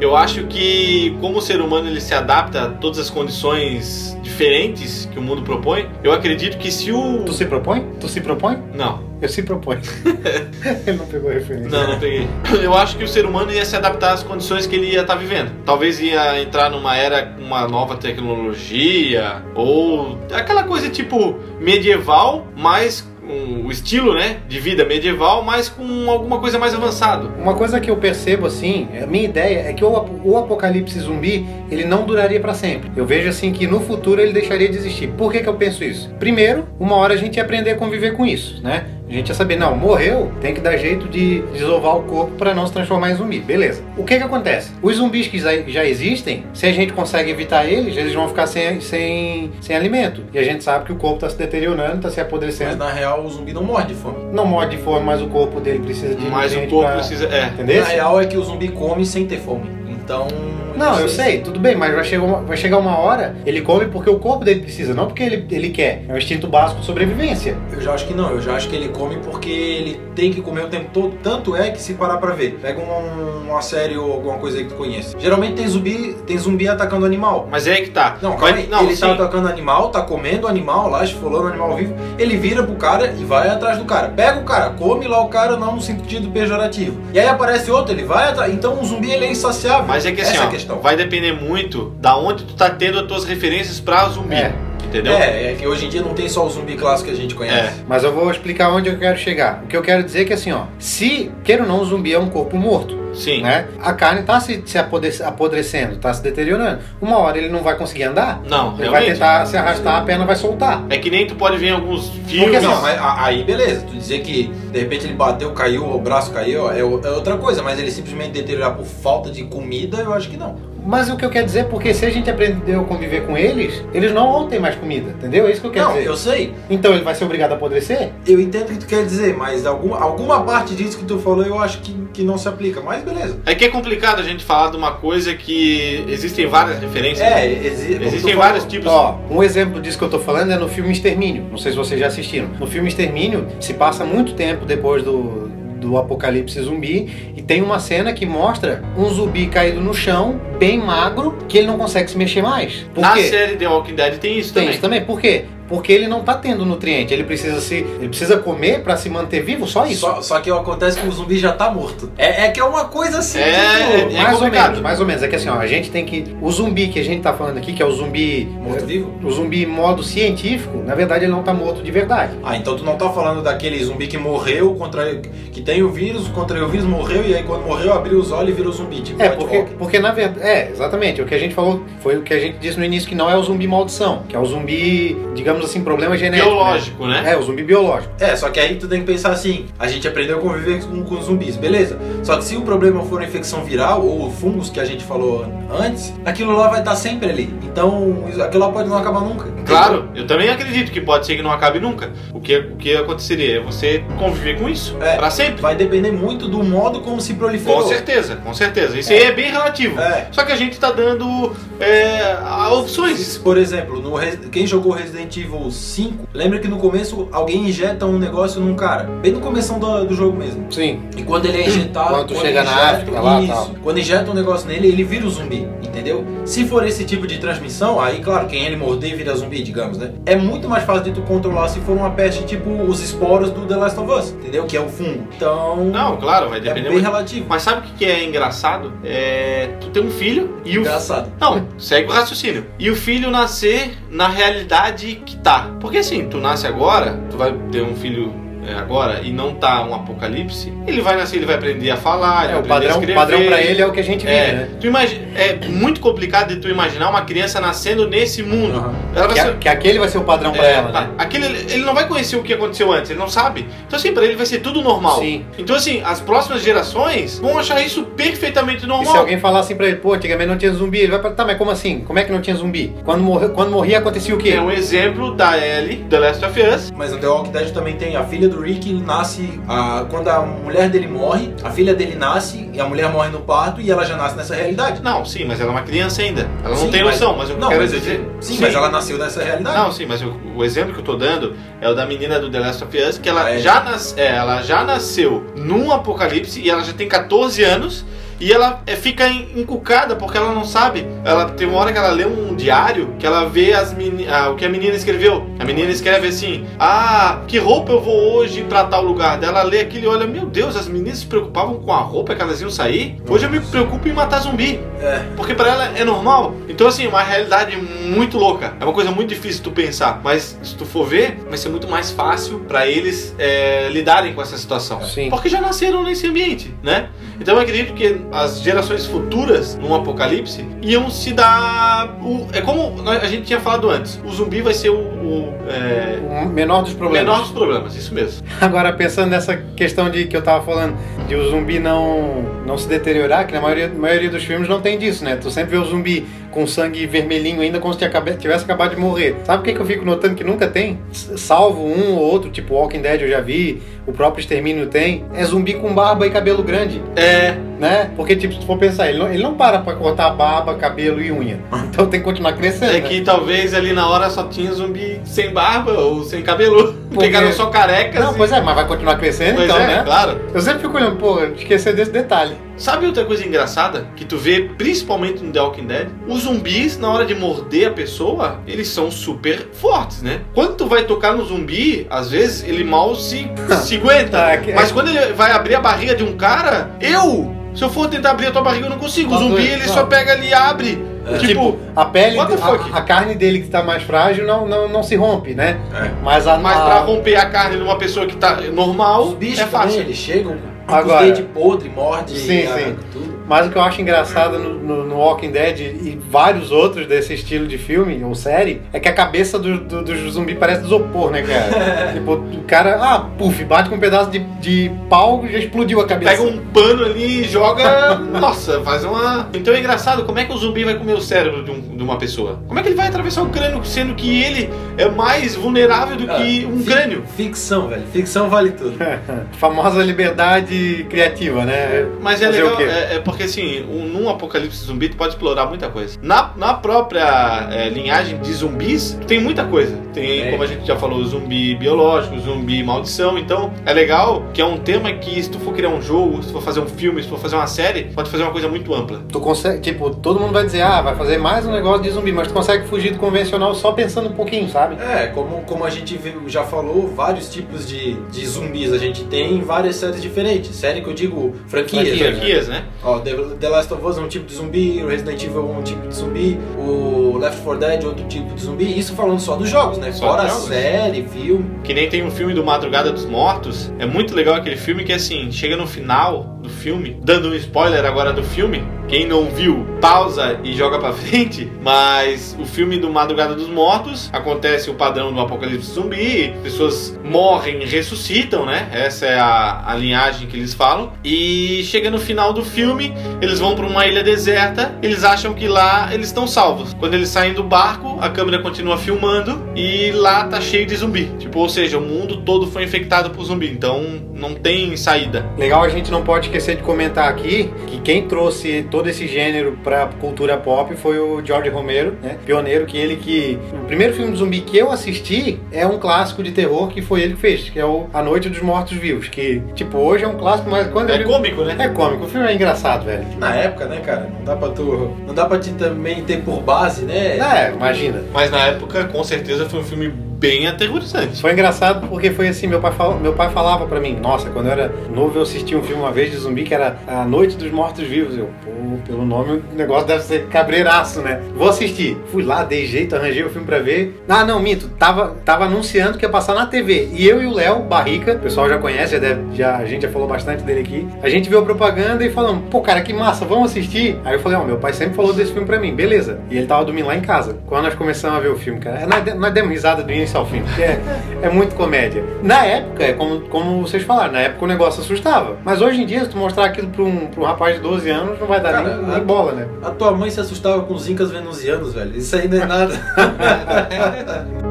[SPEAKER 3] Eu acho que como o ser humano ele se adapta a todas as condições diferentes que o mundo propõe, eu acredito que se o
[SPEAKER 1] Tu se propõe? Tu se propõe?
[SPEAKER 3] não,
[SPEAKER 1] Eu se propõe. Ele não pegou a referência.
[SPEAKER 3] não, não peguei. Eu acho que o ser humano ia se adaptar às condições que ele ia estar vivendo. Talvez ia entrar numa era com uma nova tecnologia ou aquela coisa tipo medieval, mas com o estilo, né, de vida medieval, mas com alguma coisa mais avançado.
[SPEAKER 1] Uma coisa que eu percebo assim, a minha ideia é que o, ap- o apocalipse zumbi ele não duraria pra sempre. Eu vejo assim que no futuro ele deixaria de existir. Por que, que eu penso isso? Primeiro, uma hora a gente ia aprender a conviver com isso, né? A gente ia saber, não, morreu, tem que dar jeito de desovar o corpo pra não se transformar em zumbi. Beleza. O que que acontece? Os zumbis que já já existem, se a gente consegue evitar eles, eles vão ficar sem, sem, sem alimento. E a gente sabe que o corpo tá se deteriorando, tá se
[SPEAKER 2] Mas
[SPEAKER 1] apodrecendo.
[SPEAKER 2] na real o zumbi não morre de fome.
[SPEAKER 1] Não morre de fome, mas o corpo dele precisa de
[SPEAKER 3] Mas o
[SPEAKER 1] nutriente
[SPEAKER 3] corpo
[SPEAKER 1] pra-
[SPEAKER 3] precisa, é,
[SPEAKER 1] Entendeu?
[SPEAKER 2] Na real é que o zumbi come sem ter fome. Então.
[SPEAKER 1] Não, eu sei, tudo bem, mas vai chegar, uma, vai chegar uma hora, ele come porque o corpo dele precisa, não porque ele, ele quer. É um instinto básico de sobrevivência.
[SPEAKER 2] Eu já acho que não, eu já acho que ele come porque ele tem que comer o tempo todo, tanto é que se parar pra ver. Pega um- uma série ou alguma coisa aí que tu conhece. Geralmente tem zumbi, tem zumbi atacando animal.
[SPEAKER 3] Mas é aí que tá.
[SPEAKER 2] Não,
[SPEAKER 3] Vai-
[SPEAKER 2] calma aí.
[SPEAKER 3] não,
[SPEAKER 2] ele tá
[SPEAKER 3] sim.
[SPEAKER 2] atacando animal, tá comendo animal lá, esfolando animal vivo. Ele vira pro cara e vai atrás do cara. Pega o cara, come lá o cara, não no sentido pejorativo. E aí aparece outro, ele vai atrás. Então o zumbi ele é insaciável.
[SPEAKER 3] Mas é que assim,
[SPEAKER 2] Essa é
[SPEAKER 3] ó,
[SPEAKER 2] a questão.
[SPEAKER 3] vai depender muito da onde tu tá tendo as tuas referências pra zumbi.
[SPEAKER 1] É.
[SPEAKER 3] Entendeu? É.
[SPEAKER 2] É, é que hoje em dia não tem só o zumbi clássico que a gente conhece.
[SPEAKER 1] Mas eu vou explicar onde eu quero chegar. O que eu quero dizer é que assim, ó, se, queira ou não, o zumbi é um corpo morto,
[SPEAKER 3] Sim.
[SPEAKER 1] né? A carne tá se, se apode- apodrecendo, tá se deteriorando. Uma hora ele não vai conseguir andar,
[SPEAKER 3] Não,
[SPEAKER 1] ele vai
[SPEAKER 3] realmente.
[SPEAKER 1] tentar se arrastar, a perna vai soltar.
[SPEAKER 3] É que nem tu pode ver em alguns
[SPEAKER 1] Porque
[SPEAKER 3] filmes.
[SPEAKER 1] assim,
[SPEAKER 2] Não, mas a- aí beleza, tu dizer que de repente ele bateu, caiu, o braço caiu, ó, é, o- é outra coisa, mas ele simplesmente deteriorar por falta de comida, eu acho que não.
[SPEAKER 1] Mas o que eu quero dizer é porque se a gente aprendeu a conviver com eles, eles não vão ter mais comida, entendeu? É isso que eu quero
[SPEAKER 2] não,
[SPEAKER 1] dizer.
[SPEAKER 2] eu sei,
[SPEAKER 1] Então ele vai ser obrigado a apodrecer?
[SPEAKER 2] eu entendo o que tu quer dizer, mas alguma, alguma parte disso que tu falou eu acho que, que não se aplica, mas beleza.
[SPEAKER 3] É que é complicado a gente falar de uma coisa que existem várias referências. né?
[SPEAKER 2] É, exi como tu
[SPEAKER 3] Existem
[SPEAKER 2] falou,
[SPEAKER 3] vários tipos.
[SPEAKER 1] Ó, um exemplo disso que eu tô falando é no filme Extermínio. Não sei se vocês já assistiram. No filme Extermínio se passa muito tempo depois do, do apocalipse zumbi e tem uma cena que mostra um zumbi caído no chão, bem magro, que ele não consegue se mexer mais. Por
[SPEAKER 3] Na
[SPEAKER 1] quê?
[SPEAKER 3] série The Walking Dead tem isso
[SPEAKER 1] Tem
[SPEAKER 3] também.
[SPEAKER 1] isso também. Por quê? Porque ele não tá tendo nutriente. Ele precisa se, ele precisa comer para se manter vivo. Só isso.
[SPEAKER 2] Só, só que acontece que o zumbi já tá morto. É, é que é uma coisa assim.
[SPEAKER 3] É,
[SPEAKER 2] tipo,
[SPEAKER 3] é
[SPEAKER 1] mais ou
[SPEAKER 3] complicado.
[SPEAKER 1] menos, mais ou menos. É que assim, ó, a gente tem que. O zumbi que a gente tá falando aqui, que é o zumbi.
[SPEAKER 2] Morto-vivo?
[SPEAKER 1] O zumbi em modo científico, na verdade ele não tá morto de verdade.
[SPEAKER 2] Ah, então tu não tá falando daquele zumbi que morreu, contraiu, que tem o vírus, contraiu o vírus, morreu, e aí quando morreu abriu os olhos e virou zumbi, tipo
[SPEAKER 1] É,
[SPEAKER 2] White
[SPEAKER 1] porque,
[SPEAKER 2] Walker.
[SPEAKER 1] porque na verdade. É, exatamente. O que a gente falou foi o que a gente disse no início, que não é o zumbi maldição, que é o zumbi, digamos assim, problema genético. né?
[SPEAKER 3] Biológico, né?
[SPEAKER 1] É, o zumbi biológico.
[SPEAKER 2] É, só que aí tu tem que pensar assim, a gente aprendeu a conviver com, com zumbis, beleza? Só que se o problema for a infecção viral ou fungos que a gente falou antes, aquilo lá vai estar sempre ali. Então isso- aquilo lá pode não acabar nunca.
[SPEAKER 3] Claro, eu também acredito que pode ser que não acabe nunca. O que, o que aconteceria é você conviver com isso
[SPEAKER 2] É.
[SPEAKER 3] pra sempre.
[SPEAKER 2] Vai depender muito do modo como se proliferou.
[SPEAKER 3] Com certeza, com certeza. Isso aí é bem relativo.
[SPEAKER 2] É.
[SPEAKER 3] Só que a gente tá dando é, a- opções.
[SPEAKER 2] Por exemplo, no Res- quem jogou Resident Evil 5, lembra que no começo alguém injeta um negócio num cara, bem no começo do, do jogo mesmo.
[SPEAKER 1] Sim.
[SPEAKER 2] E quando ele é injetado,
[SPEAKER 1] Quando chega na África lá,
[SPEAKER 2] isso,
[SPEAKER 1] tal.
[SPEAKER 2] quando injeta um negócio nele, ele vira o zumbi, entendeu? Se for esse tipo de transmissão, aí claro, quem ele morder vira zumbi, digamos, né? É muito mais fácil de tu controlar se for uma peste tipo os esporos do The Last of Us, entendeu? Que é o fungo. Então,
[SPEAKER 3] Não, claro, vai
[SPEAKER 2] é
[SPEAKER 3] depender
[SPEAKER 2] bem
[SPEAKER 3] muito.
[SPEAKER 2] relativo.
[SPEAKER 3] Mas sabe o que que é engraçado? É. Tu ter um filho
[SPEAKER 2] Tá.
[SPEAKER 3] e o.
[SPEAKER 2] Engraçado.
[SPEAKER 3] Não, segue o raciocínio. E o filho nascer na realidade que tá. Porque assim, tu nasce agora, tu vai ter um filho é, agora e não tá um apocalipse, ele vai nascer, ele vai aprender a falar, ele
[SPEAKER 1] É,
[SPEAKER 3] vai
[SPEAKER 1] o
[SPEAKER 3] aprender a
[SPEAKER 1] padrão,
[SPEAKER 3] escrever.
[SPEAKER 1] padrão para ele é o que a gente vive,
[SPEAKER 3] É,
[SPEAKER 1] né?
[SPEAKER 3] tu imagi- é muito complicado de tu imaginar uma criança nascendo nesse mundo. Ela vai
[SPEAKER 1] Que,
[SPEAKER 3] ser
[SPEAKER 1] a- que aquele vai ser o padrão pra para
[SPEAKER 3] é,
[SPEAKER 1] ela, né?
[SPEAKER 3] Aquele, ele não vai conhecer o que aconteceu antes, ele não sabe. Então, assim, pra ele vai ser tudo normal.
[SPEAKER 1] Sim.
[SPEAKER 3] Então, assim, as próximas gerações vão achar isso perfeitamente
[SPEAKER 1] E se
[SPEAKER 3] normal.
[SPEAKER 1] alguém falar assim pra ele, pô, antigamente não tinha zumbi, ele vai pra. Tá, mas como assim? Como é que não tinha zumbi? Quando, morre, quando morria acontecia o quê?
[SPEAKER 3] É um exemplo da Ellie, The Last of Us.
[SPEAKER 2] Mas no The Walking Dead também tem a filha do do Rick ele nasce ah, quando a mulher dele morre, a filha dele nasce e a mulher morre no parto e ela já nasce nessa realidade.
[SPEAKER 3] Não, sim, mas ela é uma criança ainda. Ela não
[SPEAKER 2] Sim,
[SPEAKER 3] tem
[SPEAKER 2] mas-
[SPEAKER 3] noção, mas, o que
[SPEAKER 2] não,
[SPEAKER 3] eu quero
[SPEAKER 2] mas-
[SPEAKER 3] dizer.
[SPEAKER 2] Sim, mas ela nasceu nessa realidade.
[SPEAKER 3] Não, sim, mas o, o exemplo que eu tô dando é o da menina do The Last of Us, que ela,
[SPEAKER 2] Ah, é.
[SPEAKER 3] já nas, é, ela já nasceu num apocalipse e ela já tem 14 anos e ela é, fica en- encucada porque ela não sabe. Ela tem uma hora que ela lê um diário que ela vê as meni- ah, o que a menina escreveu. A menina escreve assim: Ah, que roupa eu vou hoje pra tal lugar? Daí ela lê aquilo e olha: Meu Deus, as meninas se preocupavam com a roupa que elas iam sair? Hoje eu me preocupo em matar zumbi.
[SPEAKER 2] É.
[SPEAKER 3] Porque pra ela é normal. Então, assim, é uma realidade muito louca. É uma coisa muito difícil tu pensar. Mas se tu for ver, vai ser muito mais fácil pra eles é, lidarem com essa situação.
[SPEAKER 6] Sim.
[SPEAKER 3] Porque já nasceram nesse ambiente, né? Então eu acredito que as gerações futuras, num apocalipse, iam se dar. o- é como nós- a gente tinha falado antes: o zumbi vai ser o, o, é,
[SPEAKER 1] O menor dos
[SPEAKER 3] o
[SPEAKER 1] problemas.
[SPEAKER 3] menor dos problemas, isso mesmo.
[SPEAKER 1] Agora, pensando nessa questão de que eu tava falando, de o zumbi não, não se deteriorar, que na maioria, maioria dos filmes não tem disso, né? Tu sempre vê o zumbi com sangue vermelhinho ainda como se tinha acabe- tivesse acabado de morrer. Sabe o que, que eu fico notando que nunca tem? S- Salvo um ou outro, tipo Walking Dead eu já vi, o próprio Extermínio tem. É zumbi com barba e cabelo grande,
[SPEAKER 3] É,
[SPEAKER 1] né? Porque, tipo, se tu for pensar, ele não, ele não para pra cortar barba, cabelo e unha. Então tem que continuar crescendo.
[SPEAKER 3] Ah. é
[SPEAKER 1] né?
[SPEAKER 3] que talvez ali na hora só tinha zumbi sem barba ou sem cabelo.
[SPEAKER 1] Porque-
[SPEAKER 3] Pegaram só carecas.
[SPEAKER 1] Não,
[SPEAKER 3] e-
[SPEAKER 1] pois é, mas vai continuar crescendo
[SPEAKER 3] Pois
[SPEAKER 1] então,
[SPEAKER 3] é,
[SPEAKER 1] né?
[SPEAKER 3] claro.
[SPEAKER 1] Eu sempre fico olhando, pô, esquecer desse detalhe.
[SPEAKER 3] Sabe outra coisa engraçada que tu vê principalmente no The Walking Dead? Os zumbis, na hora de morder a pessoa, eles são super fortes, né? Quando tu vai tocar no zumbi, às vezes ele mal se, se aguenta.
[SPEAKER 1] Ah, é que-
[SPEAKER 3] Mas quando ele vai abrir a barriga de um cara, eu, se eu for tentar abrir a tua barriga, eu não consigo. O
[SPEAKER 1] Tá
[SPEAKER 3] zumbi,
[SPEAKER 1] doido,
[SPEAKER 3] ele
[SPEAKER 1] tá.
[SPEAKER 3] só pega ali e abre.
[SPEAKER 2] É.
[SPEAKER 3] Tipo,
[SPEAKER 1] A pele,
[SPEAKER 3] What the fuck?
[SPEAKER 1] a, a carne dele que tá mais frágil não, não, não se rompe, né?
[SPEAKER 2] É.
[SPEAKER 1] Mas a.
[SPEAKER 3] mas
[SPEAKER 1] a-
[SPEAKER 3] pra romper a carne de uma pessoa que tá normal,
[SPEAKER 2] Os bichos
[SPEAKER 3] é
[SPEAKER 2] também,
[SPEAKER 3] fácil.
[SPEAKER 2] eles chegam com
[SPEAKER 1] Agora-
[SPEAKER 2] os dentes podres, morde
[SPEAKER 1] Sim,
[SPEAKER 2] ah,
[SPEAKER 1] sim.
[SPEAKER 2] tudo.
[SPEAKER 1] Mas o que eu acho engraçado no, no- no Walking Dead e vários outros desse estilo de filme ou série é que a cabeça do, do, do zumbi parece isopor, né, cara? tipo, o cara, ah, puf, bate com um pedaço de, de pau e já explodiu a cabeça.
[SPEAKER 3] Pega um pano ali e joga. Nossa, faz uma. Então é engraçado como é que o zumbi vai comer o cérebro de, um- de uma pessoa. Como é que ele vai atravessar o crânio, sendo que ele é mais vulnerável do que
[SPEAKER 1] Ah,
[SPEAKER 3] um
[SPEAKER 2] É, Fi-
[SPEAKER 3] crânio? É.
[SPEAKER 2] Ficção, velho. Ficção vale tudo.
[SPEAKER 1] Famosa liberdade criativa, né?
[SPEAKER 3] Mas é
[SPEAKER 1] Fazer o
[SPEAKER 3] legal,
[SPEAKER 1] quê?
[SPEAKER 3] é, é porque assim, um- num apocalipse zumbi tu pode explorar muita coisa. Na, na própria é, linhagem de zumbis, tu tem muita coisa. Tem,
[SPEAKER 2] É.
[SPEAKER 3] como a gente já falou, zumbi biológico, zumbi maldição. Então é legal que é um tema que se tu for criar um jogo, se tu for fazer um filme, se tu for fazer uma série, pode fazer uma coisa muito ampla.
[SPEAKER 1] Tu consegue, tipo, todo mundo vai dizer, ah, vai fazer mais um negócio de zumbi, mas tu consegue fugir do convencional só pensando um pouquinho, sabe?
[SPEAKER 2] É, como, como a gente viu- já falou, vários tipos de, de zumbis a gente tem em várias séries diferentes. Série que eu digo franquias. né?
[SPEAKER 3] Franquias, né?
[SPEAKER 2] Ó, The, The Last of Us é um tipo de zumbi, o Resident Evil é um tipo de zumbi, o Left 4 Dead é outro tipo de zumbi. Isso falando só dos jogos, né?
[SPEAKER 3] É, Só
[SPEAKER 2] Fora
[SPEAKER 3] dos jogos.
[SPEAKER 2] série, filme.
[SPEAKER 3] Que nem tem um filme do Madrugada dos Mortos. É muito legal aquele filme que assim, chega no final do filme, dando um spoiler agora do filme. Quem não viu, pausa e joga pra frente. Mas o filme do Madrugada dos Mortos acontece o padrão do apocalipse zumbi. Pessoas morrem e ressuscitam, né? Essa é a, a linhagem que eles falam. E chega no final do filme, eles vão pra uma ilha deserta, eles acham que lá eles estão salvos. Quando eles saem do barco, a câmera continua filmando e lá tá cheio de zumbi. Tipo, ou seja, o mundo todo foi infectado por zumbi, então não tem saída.
[SPEAKER 1] Legal, a gente não pode esquecer de comentar aqui que quem trouxe todo esse gênero pra cultura pop foi o George Romero, né? Pioneiro, que ele que. O primeiro filme de zumbi que eu assisti é um clássico de terror que foi ele que fez, que é o A Noite dos Mortos Vivos. Que, tipo, hoje é um clássico, mas quando
[SPEAKER 3] É
[SPEAKER 1] ele.
[SPEAKER 3] cômico, né?
[SPEAKER 1] É cômico, o filme é engraçado, velho.
[SPEAKER 2] Na época, né, cara? Não dá pra tu. Não dá pra te também ter por base, né?
[SPEAKER 1] É, imagina.
[SPEAKER 3] Mas na época, com certeza, foi um filme bem aterrorizante.
[SPEAKER 1] Foi engraçado porque foi assim, meu pai, fala- meu pai falava pra mim, nossa, quando eu era novo eu assisti um filme uma vez de zumbi que era A Noite dos Mortos Vivos. Eu, pô, pelo nome o negócio deve ser cabreiraço, né? Vou assistir. Fui lá, dei jeito, arranjei o filme pra ver. Ah, não, minto, tava, tava anunciando que ia passar na TV. E eu e o Léo, Barrica, o pessoal já conhece, já deve- já, a gente já falou bastante dele aqui. A gente viu a propaganda e falamos, pô, cara, que massa, vamos assistir. Aí eu falei, ó, meu pai sempre falou desse filme pra mim, beleza. E ele tava dormindo lá em casa. Quando nós começamos a ver o filme, cara, nós, de- nós demos risada do início ao fim, porque é, é muito comédia. Na época, é como, como vocês falaram, na época o negócio assustava. Mas hoje em dia, se tu mostrar aquilo pra um, pra um rapaz de 12 anos, não vai dar
[SPEAKER 2] Cara,
[SPEAKER 1] nem,
[SPEAKER 2] a-
[SPEAKER 1] nem bola, né?
[SPEAKER 2] A tua mãe se assustava com os incas venusianos, velho. Isso aí não é nada.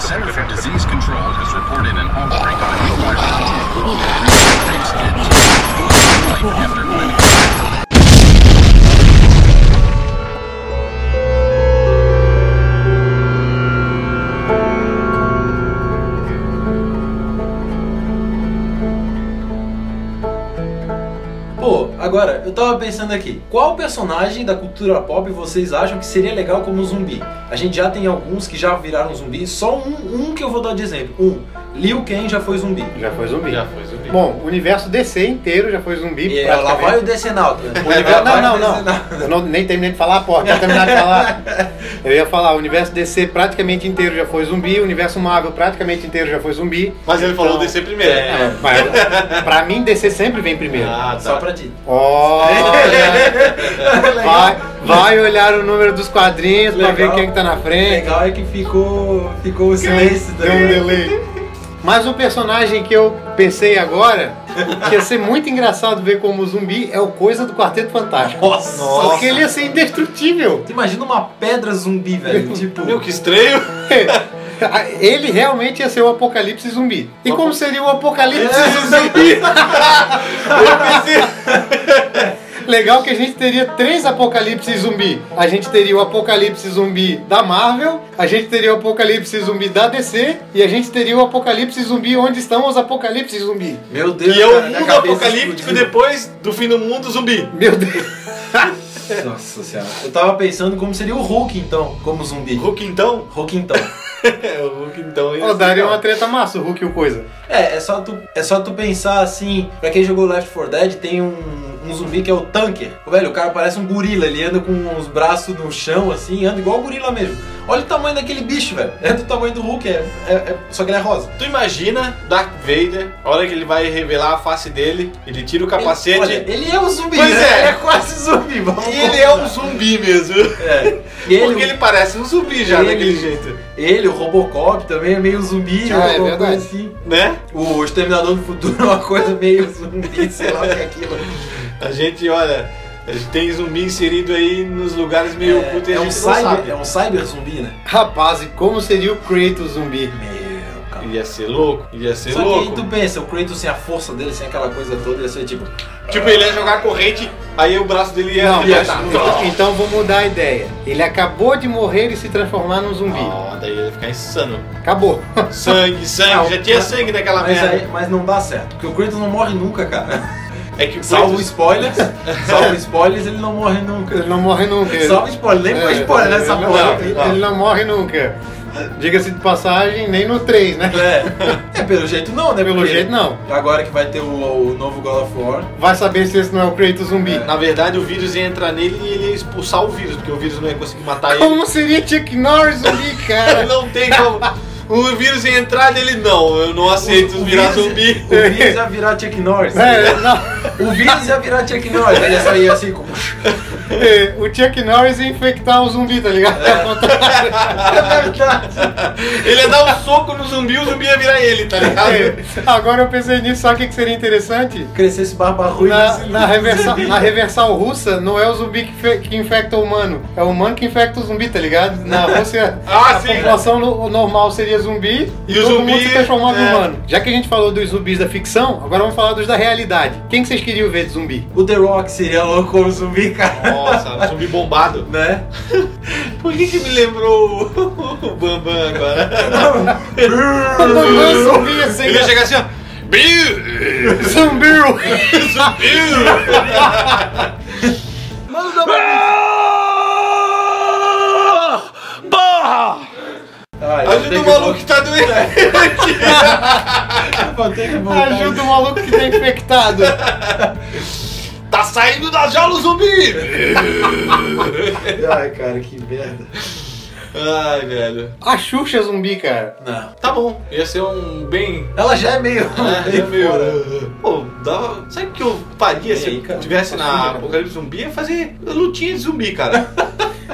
[SPEAKER 5] Center for Disease Control has reported an outbreak on newborn pigs, kids, life after clinic.
[SPEAKER 2] Pô, agora, eu tava pensando aqui, qual personagem da cultura pop vocês acham que seria legal como zumbi? A gente já tem alguns que já viraram zumbi, só um, um que eu vou dar de exemplo. Um, Liu Kang já foi zumbi.
[SPEAKER 1] Já foi zumbi.
[SPEAKER 3] Já foi zumbi.
[SPEAKER 1] Bom, o universo DC inteiro já foi zumbi.
[SPEAKER 2] E é, lá
[SPEAKER 1] praticamente.
[SPEAKER 2] vai o Decenalto. né?
[SPEAKER 1] O universo- Não, não, não. Eu não- nem terminei de falar, pô. Quer terminar de falar? Eu ia falar, o universo DC praticamente inteiro já foi zumbi, o universo Marvel praticamente inteiro já foi zumbi.
[SPEAKER 3] Mas ele falou
[SPEAKER 1] Então,
[SPEAKER 3] descer primeiro.
[SPEAKER 1] É, mas, pra mim, DC sempre vem primeiro.
[SPEAKER 3] Ah,
[SPEAKER 2] é. Só
[SPEAKER 3] tá.
[SPEAKER 2] pra ti.
[SPEAKER 1] Olha, vai, vai olhar o número dos quadrinhos pra ver
[SPEAKER 2] Legal.
[SPEAKER 1] quem é que tá na
[SPEAKER 2] O
[SPEAKER 1] frente.
[SPEAKER 2] legal é que ficou, ficou o silêncio tá
[SPEAKER 1] Deu um
[SPEAKER 2] também.
[SPEAKER 1] delay. Mas um personagem que eu pensei agora, que ia ser muito engraçado ver como zumbi, é o Coisa do Quarteto Fantástico.
[SPEAKER 2] Nossa,
[SPEAKER 1] Porque ele ia ser indestrutível.
[SPEAKER 2] Tu imagina uma pedra zumbi, velho. Tipo,
[SPEAKER 3] Meu, que estranho.
[SPEAKER 1] Ah, Ele realmente ia ser o apocalipse zumbi. E como seria o apocalipse
[SPEAKER 3] É.
[SPEAKER 1] zumbi? Legal que a gente teria três apocalipse zumbi. A gente teria o apocalipse zumbi da Marvel, a gente teria o apocalipse zumbi da DC e a gente teria o apocalipse zumbi onde estão os apocalipse zumbi.
[SPEAKER 2] meu Deus,
[SPEAKER 3] E é o
[SPEAKER 2] cara, minha
[SPEAKER 3] mundo
[SPEAKER 2] cabeça
[SPEAKER 3] apocalíptico
[SPEAKER 2] explodiu.
[SPEAKER 3] depois do fim do mundo zumbi.
[SPEAKER 1] Meu Deus.
[SPEAKER 2] Nossa senhora. Eu tava pensando como seria o Hulk então, como zumbi.
[SPEAKER 3] Hulk então?
[SPEAKER 2] Hulk então.
[SPEAKER 3] É, o Hulk então. ia
[SPEAKER 1] Ó,
[SPEAKER 3] ser
[SPEAKER 1] daria
[SPEAKER 3] legal.
[SPEAKER 1] uma treta massa o Hulk e o Coisa.
[SPEAKER 2] É, é só tu, é só tu pensar assim, pra quem jogou Left 4 Dead, tem um, um zumbi que é o Tanker. Ô, Velho, o cara parece um gorila, ele anda com os braços no chão assim, anda igual o gorila mesmo. Olha o tamanho daquele bicho, velho. É do tamanho do Hulk, é, é- é- só que ele é rosa.
[SPEAKER 3] Tu imagina Darth Vader, a hora que ele vai revelar a face dele, ele tira o Tá capacete
[SPEAKER 2] Olha, ele é um zumbi,
[SPEAKER 3] Pois
[SPEAKER 2] né?
[SPEAKER 3] é.
[SPEAKER 2] Ele é quase zumbi, vamos
[SPEAKER 3] e ele é um zumbi mesmo.
[SPEAKER 2] É. E ele,
[SPEAKER 3] Porque ele parece um zumbi já
[SPEAKER 2] Ele-
[SPEAKER 3] daquele jeito,
[SPEAKER 2] ele, o Robocop também é meio zumbi,
[SPEAKER 1] Ah,
[SPEAKER 2] alguma
[SPEAKER 1] é
[SPEAKER 2] coisa
[SPEAKER 1] verdade.
[SPEAKER 2] assim.
[SPEAKER 3] né?
[SPEAKER 2] O Exterminador do Futuro é uma coisa meio zumbi, sei lá o que é aquilo.
[SPEAKER 3] A gente, olha, a gente tem zumbi inserido aí nos lugares meio ocultos e
[SPEAKER 2] é,
[SPEAKER 3] a
[SPEAKER 2] um
[SPEAKER 3] gente não
[SPEAKER 2] cyber,
[SPEAKER 3] sabe.
[SPEAKER 2] é um cyber zumbi, né?
[SPEAKER 1] Rapaz, e como seria o Kratos zumbi?
[SPEAKER 2] Meu, cara.
[SPEAKER 3] Ia ser louco, ia ser
[SPEAKER 2] Só que
[SPEAKER 3] é louco.
[SPEAKER 2] aí tu pensa, o Kratos sem a força dele, sem aquela coisa toda, ia ser tipo.
[SPEAKER 3] Tipo, ele ia jogar corrente, aí o braço dele ia... assim,
[SPEAKER 1] Não,
[SPEAKER 3] ia...
[SPEAKER 1] mas-
[SPEAKER 2] um
[SPEAKER 1] então, então vou mudar a ideia. Ele acabou de morrer e se transformar num zumbi.
[SPEAKER 3] Ah, daí ia ficar insano.
[SPEAKER 1] Acabou.
[SPEAKER 3] Sangue, sangue,
[SPEAKER 2] Não,
[SPEAKER 3] já tinha
[SPEAKER 2] mas-
[SPEAKER 3] sangue naquela
[SPEAKER 2] Mas,
[SPEAKER 3] merda.
[SPEAKER 2] aí, mas não dá certo, porque o Kratos não morre nunca, cara.
[SPEAKER 3] É que o
[SPEAKER 2] Salvo
[SPEAKER 3] Kratos-
[SPEAKER 2] spoilers, salvo spoilers, ele não morre nunca.
[SPEAKER 1] Ele não morre nunca. Ele-
[SPEAKER 2] Salvo spoilers, nem foi
[SPEAKER 1] É,
[SPEAKER 2] spoiler nessa
[SPEAKER 1] ele não-
[SPEAKER 2] porra.
[SPEAKER 1] ele- Ele não morre nunca. Diga-se de passagem, nem no 3, né?
[SPEAKER 2] É. é, pelo jeito não, né?
[SPEAKER 1] Pelo
[SPEAKER 2] Porque
[SPEAKER 1] jeito, não.
[SPEAKER 2] Agora que vai ter o, o novo God of War,
[SPEAKER 1] Vai saber se esse não é o Kratos zumbi.
[SPEAKER 3] Na verdade, o vírus ia entrar nele e ele ia expulsar o vírus, porque o vírus não ia conseguir matar ele.
[SPEAKER 1] Como seria Chuck Norris zumbi,
[SPEAKER 3] Ele
[SPEAKER 1] cara?
[SPEAKER 3] Não tem como. O vírus ia entrar nele, não. Eu não aceito
[SPEAKER 2] O- o
[SPEAKER 3] virar
[SPEAKER 2] vírus-
[SPEAKER 3] zumbi.
[SPEAKER 2] O vírus ia virar Chuck Norris.
[SPEAKER 1] É, não.
[SPEAKER 2] O vírus ia virar Chuck Norris. Ele ia sair assim como.
[SPEAKER 1] É, o Chuck Norris ia infectar o zumbi, tá ligado? É. ao contrário.
[SPEAKER 2] É verdade.
[SPEAKER 3] Ele ia dar um soco no zumbi e o zumbi ia virar ele, tá ligado?
[SPEAKER 1] É, Agora eu pensei nisso, sabe o que que seria interessante?
[SPEAKER 2] Crescesse barba ruim.
[SPEAKER 1] Na,
[SPEAKER 2] assim.
[SPEAKER 1] na, reversa- na reversal russa, não é o zumbi que, fe- que infecta o humano, é o humano que infecta o zumbi, tá ligado? Na Rússia,
[SPEAKER 3] Ah,
[SPEAKER 1] a
[SPEAKER 3] sim.
[SPEAKER 1] população no- normal seria zumbi
[SPEAKER 3] E
[SPEAKER 1] e,
[SPEAKER 3] o
[SPEAKER 1] todo
[SPEAKER 3] zumbi,
[SPEAKER 1] mundo se transformava em
[SPEAKER 3] é.
[SPEAKER 1] humano. Já que a gente falou dos zumbis da ficção, agora vamos falar dos da realidade. Quem que vocês queriam ver de zumbi?
[SPEAKER 2] O The Rock seria louco como zumbi, cara.
[SPEAKER 3] Nossa, um zumbi bombado.
[SPEAKER 2] Né?
[SPEAKER 3] Por que, que me lembrou o o Bambam agora?
[SPEAKER 1] Bambam zumbi assim,
[SPEAKER 3] Ele ia
[SPEAKER 1] né?
[SPEAKER 3] chegar assim, ó. Biu!
[SPEAKER 1] Zumbi!
[SPEAKER 3] Zumbi!
[SPEAKER 2] Mano, dá pra
[SPEAKER 1] Ah!
[SPEAKER 3] Porra!
[SPEAKER 2] Ai, vou ter
[SPEAKER 3] Ajuda o
[SPEAKER 2] que
[SPEAKER 3] maluco que tá doente.
[SPEAKER 2] voltar, Vou ter que voltar.
[SPEAKER 1] Ajuda o maluco que tá infectado.
[SPEAKER 3] Tá saindo da jaula o zumbi!
[SPEAKER 2] Ai, cara, que merda.
[SPEAKER 3] Ai, velho.
[SPEAKER 1] A Xuxa é zumbi, cara.
[SPEAKER 2] Não.
[SPEAKER 3] Tá bom, ia ser um bem
[SPEAKER 2] Ela já é meio.
[SPEAKER 3] É,
[SPEAKER 2] meio
[SPEAKER 3] é meio.
[SPEAKER 2] fora.
[SPEAKER 3] Pô, dava. Sabe o que eu faria se
[SPEAKER 2] E aí,
[SPEAKER 3] eu
[SPEAKER 2] cara?
[SPEAKER 3] tivesse na Apocalipse Zumbi? Ia fazer lutinha de zumbi, cara.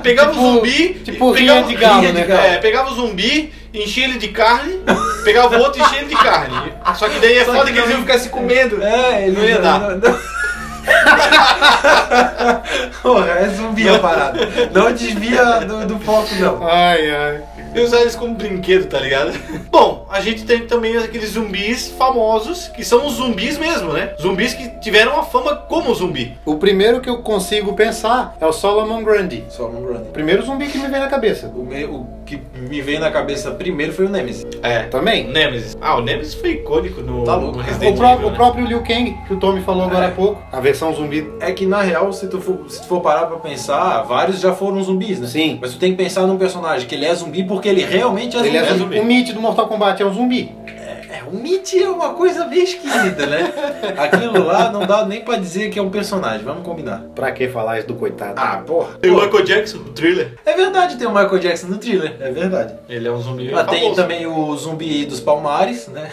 [SPEAKER 3] Pegava o
[SPEAKER 1] Tipo-
[SPEAKER 3] zumbi.
[SPEAKER 1] tipo
[SPEAKER 3] pegava,
[SPEAKER 1] rinha de galo,
[SPEAKER 3] rinha
[SPEAKER 1] né?
[SPEAKER 3] galo. É, pegava o zumbi, enchia ele de carne, pegava o outro e enchia ele de carne. Só que daí é
[SPEAKER 2] Só
[SPEAKER 3] foda
[SPEAKER 2] que
[SPEAKER 3] que, eles
[SPEAKER 2] não-
[SPEAKER 3] iam ficar se comendo.
[SPEAKER 2] É, ele
[SPEAKER 3] Não ia dar.
[SPEAKER 2] Porra, é zumbi a parada. Não desvia do, do foco, não.
[SPEAKER 1] Ai, ai.
[SPEAKER 3] e usar eles como brinquedo, tá ligado? Bom, a gente tem também aqueles zumbis famosos, que são os zumbis mesmo, né? Zumbis que tiveram a fama como zumbi.
[SPEAKER 1] O primeiro que eu consigo pensar é o Solomon Grundy.
[SPEAKER 2] Solomon Grundy.
[SPEAKER 1] O primeiro zumbi que me veio na cabeça.
[SPEAKER 2] um O, me- o que me veio na cabeça primeiro foi o Nemesis.
[SPEAKER 3] É.
[SPEAKER 1] Também.
[SPEAKER 3] Nemesis. Ah, o Nemesis foi icônico no,
[SPEAKER 2] Tá louco.
[SPEAKER 3] no
[SPEAKER 1] O,
[SPEAKER 3] Resident
[SPEAKER 1] pró-
[SPEAKER 3] Evil,
[SPEAKER 1] o
[SPEAKER 3] né?
[SPEAKER 1] próprio Liu Kang, que o Tommy falou agora
[SPEAKER 2] É.
[SPEAKER 1] há pouco. A versão zumbi.
[SPEAKER 2] É que na real, se tu for, se tu for parar pra pensar, vários já foram zumbis, né?
[SPEAKER 1] Sim.
[SPEAKER 2] Mas tu tem que pensar num personagem que ele é zumbi porque ele realmente é
[SPEAKER 1] Ele
[SPEAKER 2] zumbi.
[SPEAKER 1] é
[SPEAKER 3] zumbi.
[SPEAKER 1] zumbi. O Mitch do Mortal Kombat é um zumbi.
[SPEAKER 2] É, o Mitch é uma coisa meio esquisita, né? Aquilo lá não dá nem pra dizer que é um personagem, vamos combinar.
[SPEAKER 1] Pra que falar isso do coitado?
[SPEAKER 2] Ah, porra.
[SPEAKER 3] Tem o Michael Jackson, o thriller.
[SPEAKER 2] É verdade, tem o Michael Jackson no thriller, é verdade.
[SPEAKER 3] Ele é um zumbi
[SPEAKER 2] Ah, tem
[SPEAKER 3] famoso.
[SPEAKER 2] também o zumbi dos palmares, né?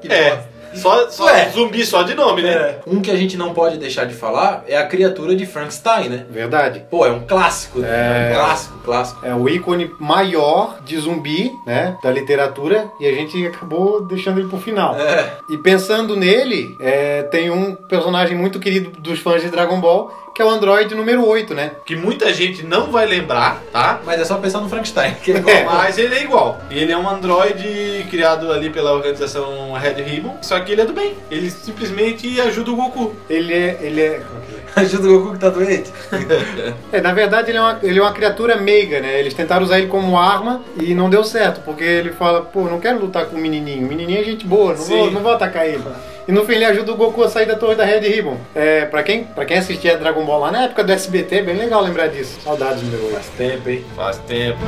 [SPEAKER 2] Que bosta.
[SPEAKER 3] É, só, só
[SPEAKER 2] Ué.
[SPEAKER 3] zumbi só de nome, né?
[SPEAKER 2] É. Um que a gente não pode deixar de falar é a criatura de Frankenstein, né?
[SPEAKER 1] Verdade.
[SPEAKER 2] Pô, é um clássico, né?
[SPEAKER 1] É.
[SPEAKER 2] É um clássico, clássico.
[SPEAKER 1] É o ícone maior de zumbi, né? Da literatura. E a gente acabou deixando ele pro final.
[SPEAKER 2] É.
[SPEAKER 1] E pensando nele, é, tem um personagem muito querido dos fãs de Dragon Ball, que é o Android número 8, né?
[SPEAKER 3] Que muita gente não vai lembrar, tá?
[SPEAKER 2] Mas é só pensar no Frankenstein, que é igual
[SPEAKER 1] É.
[SPEAKER 2] a Mar-
[SPEAKER 3] Mas ele é igual. E ele é um androide criado ali pela organização Red Ribbon. Só que ele é do bem. Ele simplesmente ajuda o Goku.
[SPEAKER 1] Ele é. Ele é.
[SPEAKER 2] Ajuda o Goku que tá doente.
[SPEAKER 1] É, na verdade ele é, uma, ele é uma criatura meiga, né? Eles tentaram usar ele como arma e não deu certo, porque ele fala, pô, não quero lutar com o menininho, o menininho é gente boa, não, vou,
[SPEAKER 3] Sim.
[SPEAKER 1] não vou atacar ele. E no fim ele ajuda o Goku a sair da torre da Red Ribbon. É, pra quem, pra quem assistia Dragon Ball lá na época do SBT, é bem legal lembrar disso. Saudades do meu olho.
[SPEAKER 2] Tempo, hein?
[SPEAKER 3] Faz tempo.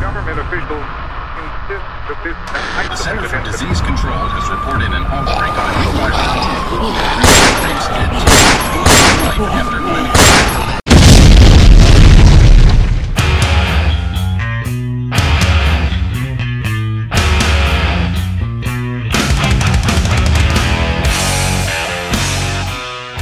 [SPEAKER 4] Government officials insist that this
[SPEAKER 5] The
[SPEAKER 4] act
[SPEAKER 5] Center
[SPEAKER 4] of
[SPEAKER 5] for
[SPEAKER 4] violence
[SPEAKER 5] Disease Control has reported an outbreak of HIV. After clinic.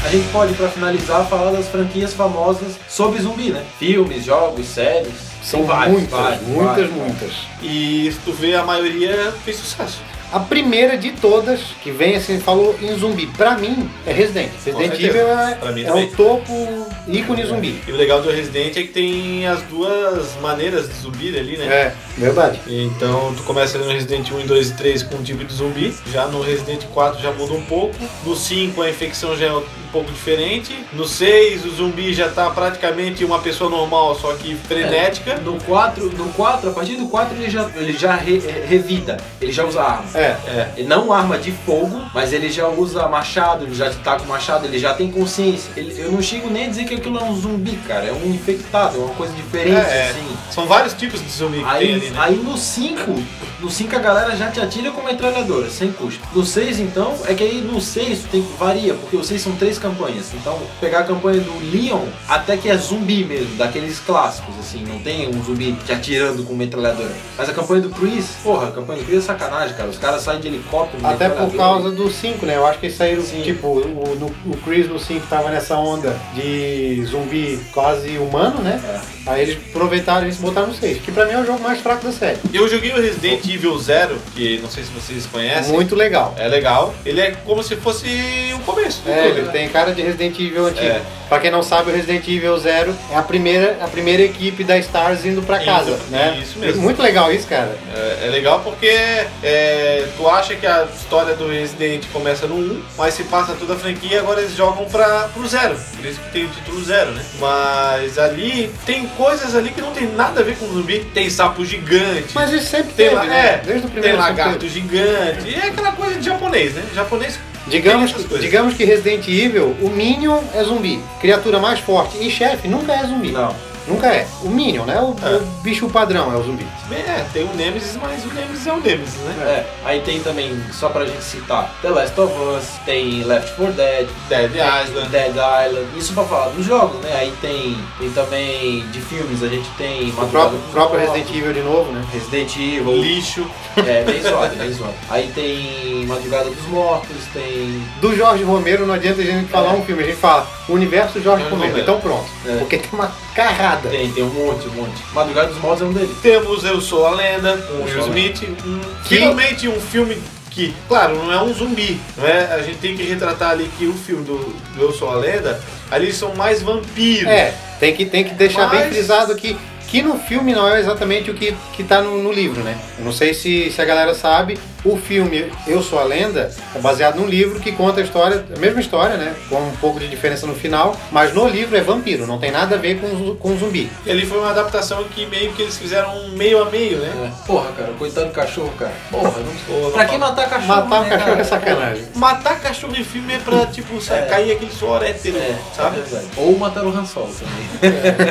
[SPEAKER 2] A gente pode, pra finalizar, falar das franquias famosas sobre zumbi, né? Filmes, jogos, séries.
[SPEAKER 1] São
[SPEAKER 2] Tem vários,
[SPEAKER 1] muitas,
[SPEAKER 2] vários,
[SPEAKER 1] muitas,
[SPEAKER 2] vários.
[SPEAKER 1] muitas.
[SPEAKER 3] E se tu vê, a maioria fez sucesso.
[SPEAKER 1] A primeira de todas, que vem assim, falou em zumbi, pra mim, é Resident. Resident
[SPEAKER 3] certeza.
[SPEAKER 1] Evil é,
[SPEAKER 3] Pra mim
[SPEAKER 1] é
[SPEAKER 3] também.
[SPEAKER 1] o topo ícone zumbi.
[SPEAKER 3] E o legal do Resident é que tem as duas maneiras de zumbi ali, né?
[SPEAKER 1] É, verdade.
[SPEAKER 3] Então tu começa ali no Resident 1, 2 e 3 com um tipo de zumbi. Já no Resident 4 já muda um pouco. No 5 a infecção já é um pouco diferente. No 6 o zumbi já tá praticamente uma pessoa normal, só que frenética.
[SPEAKER 2] No 4, no 4, a partir do 4 ele já, ele já re- re- revida, ele já usa arma.
[SPEAKER 1] É,
[SPEAKER 3] É.
[SPEAKER 2] Ele não arma de fogo, mas ele já usa machado, ele já tá com machado, ele já tem consciência. Ele- eu não chego nem a dizer que aquilo é um zumbi, cara. É um infectado, é uma coisa diferente,
[SPEAKER 3] É, é.
[SPEAKER 2] assim.
[SPEAKER 3] São vários tipos de zumbi que tem ali,
[SPEAKER 2] Aí,
[SPEAKER 3] né?
[SPEAKER 2] aí no 5, no 5 a galera já te atira com metralhadora, sem custo. No 6 então, é que aí no 6 tem varia, porque os 6 são três campanhas. Então, pegar a campanha do Leon até que é zumbi mesmo, daqueles clássicos, assim, não tem um zumbi te atirando com metralhadora. Mas a campanha do Chris, porra, a campanha do Chris é sacanagem, cara. Os caras saem de helicóptero, com
[SPEAKER 1] Até por
[SPEAKER 2] metralhadora.
[SPEAKER 1] causa do 5, né? Eu acho que eles saíram,
[SPEAKER 2] Sim.
[SPEAKER 1] tipo, o, no- o Chris no 5 tava nessa onda de zumbi quase humano, né?
[SPEAKER 3] É.
[SPEAKER 1] Aí eles aproveitaram isso e botaram no 6, que pra mim é o jogo mais fraco da série.
[SPEAKER 3] Eu joguei o Resident Evil 0, que não sei se vocês conhecem.
[SPEAKER 1] Muito legal.
[SPEAKER 3] É legal. Ele é como se fosse o começo. do
[SPEAKER 1] É,
[SPEAKER 3] jogo,
[SPEAKER 1] ele
[SPEAKER 3] né?
[SPEAKER 1] tem cara de Resident Evil antigo.
[SPEAKER 3] É.
[SPEAKER 1] Pra quem não sabe, o Resident Evil Zero é a primeira, a primeira equipe da Stars indo pra
[SPEAKER 3] Indo,
[SPEAKER 1] casa, né?
[SPEAKER 3] isso mesmo.
[SPEAKER 1] Muito legal isso, cara.
[SPEAKER 3] É, é legal porque é, tu acha que a história do Resident começa no 1, mas se passa toda a franquia e agora eles jogam pra, pro 0. Por isso que tem o título 0, né? Mas ali tem coisas ali que não tem nada a ver com zumbi. Tem sapo gigante.
[SPEAKER 1] Mas isso sempre
[SPEAKER 3] tem,
[SPEAKER 1] teve,
[SPEAKER 3] la-
[SPEAKER 1] né?
[SPEAKER 3] é,
[SPEAKER 1] Desde o
[SPEAKER 3] tem
[SPEAKER 1] primeiro sempre
[SPEAKER 3] lagarto
[SPEAKER 1] teve.
[SPEAKER 3] gigante. E é aquela coisa de japonês, né? Japonês
[SPEAKER 1] Digamos,
[SPEAKER 3] tem essas coisas.
[SPEAKER 1] digamos que Resident Evil, o Minion é zumbi. Criatura mais forte e chefe nunca é zumbi.
[SPEAKER 2] Não.
[SPEAKER 1] Nunca é. O Minion, né? O,
[SPEAKER 3] É.
[SPEAKER 1] o bicho padrão é o zumbi.
[SPEAKER 3] Bem, É, tem o Nemesis, mas o Nemesis é o Nemesis, né?
[SPEAKER 2] É, aí tem também, só pra gente citar, The Last of Us, tem Left 4 Dead,
[SPEAKER 3] Dead Island.
[SPEAKER 2] Dead Island, isso pra falar dos jogos, né? Aí tem, tem também de filmes, a gente tem
[SPEAKER 1] O próprio,
[SPEAKER 2] dos
[SPEAKER 1] próprio
[SPEAKER 2] Mortos,
[SPEAKER 1] Resident Evil de novo, né?
[SPEAKER 2] Resident Evil,
[SPEAKER 3] Lixo.
[SPEAKER 2] é, bem zoado, bem zoado. Aí tem Madrugada dos Mortos, tem...
[SPEAKER 1] Do Jorge Romero não adianta a gente falar
[SPEAKER 3] É.
[SPEAKER 1] um filme, a gente fala o universo Jorge
[SPEAKER 3] Jorge
[SPEAKER 1] Romero.
[SPEAKER 3] Romero.
[SPEAKER 1] Então pronto.
[SPEAKER 2] É.
[SPEAKER 1] Porque tem uma carrada.
[SPEAKER 2] Tem, tem um monte, um monte. Madrugada dos Mortos é um deles.
[SPEAKER 3] Temos Eu Sou a Lenda, com
[SPEAKER 2] Eu
[SPEAKER 3] Will
[SPEAKER 2] Sou a
[SPEAKER 3] Smith. Um-
[SPEAKER 1] Que-
[SPEAKER 3] Finalmente um filme que, claro, não é um zumbi, né? A gente tem que retratar ali que o filme do, do Eu Sou a Lenda, ali são mais vampiros.
[SPEAKER 1] É, tem que, tem que deixar bem
[SPEAKER 3] Mas-
[SPEAKER 1] frisado que, que no filme não é exatamente o que, que tá no, no livro, né? Eu não sei se, se a galera sabe, o filme Eu Sou a Lenda é baseado num livro que conta a história, a mesma história, né? Com um pouco de diferença no final, mas no livro é vampiro, não tem nada a ver com, zu- com zumbi.
[SPEAKER 3] E ali foi uma adaptação que meio que eles fizeram meio a meio, né?
[SPEAKER 2] Porra, cara, coitado do cachorro, cara. Porra, não...
[SPEAKER 3] Ou-
[SPEAKER 2] pra que matar cachorro?
[SPEAKER 1] Matar
[SPEAKER 2] né,
[SPEAKER 1] o cachorro
[SPEAKER 2] cara?
[SPEAKER 1] é sacanagem.
[SPEAKER 3] Matar cachorro em filme é pra, tipo, sa-
[SPEAKER 2] É.
[SPEAKER 3] cair aquele suor hétero,
[SPEAKER 2] É,
[SPEAKER 3] sabe?
[SPEAKER 2] sabe? Ou matar o Han Solo também.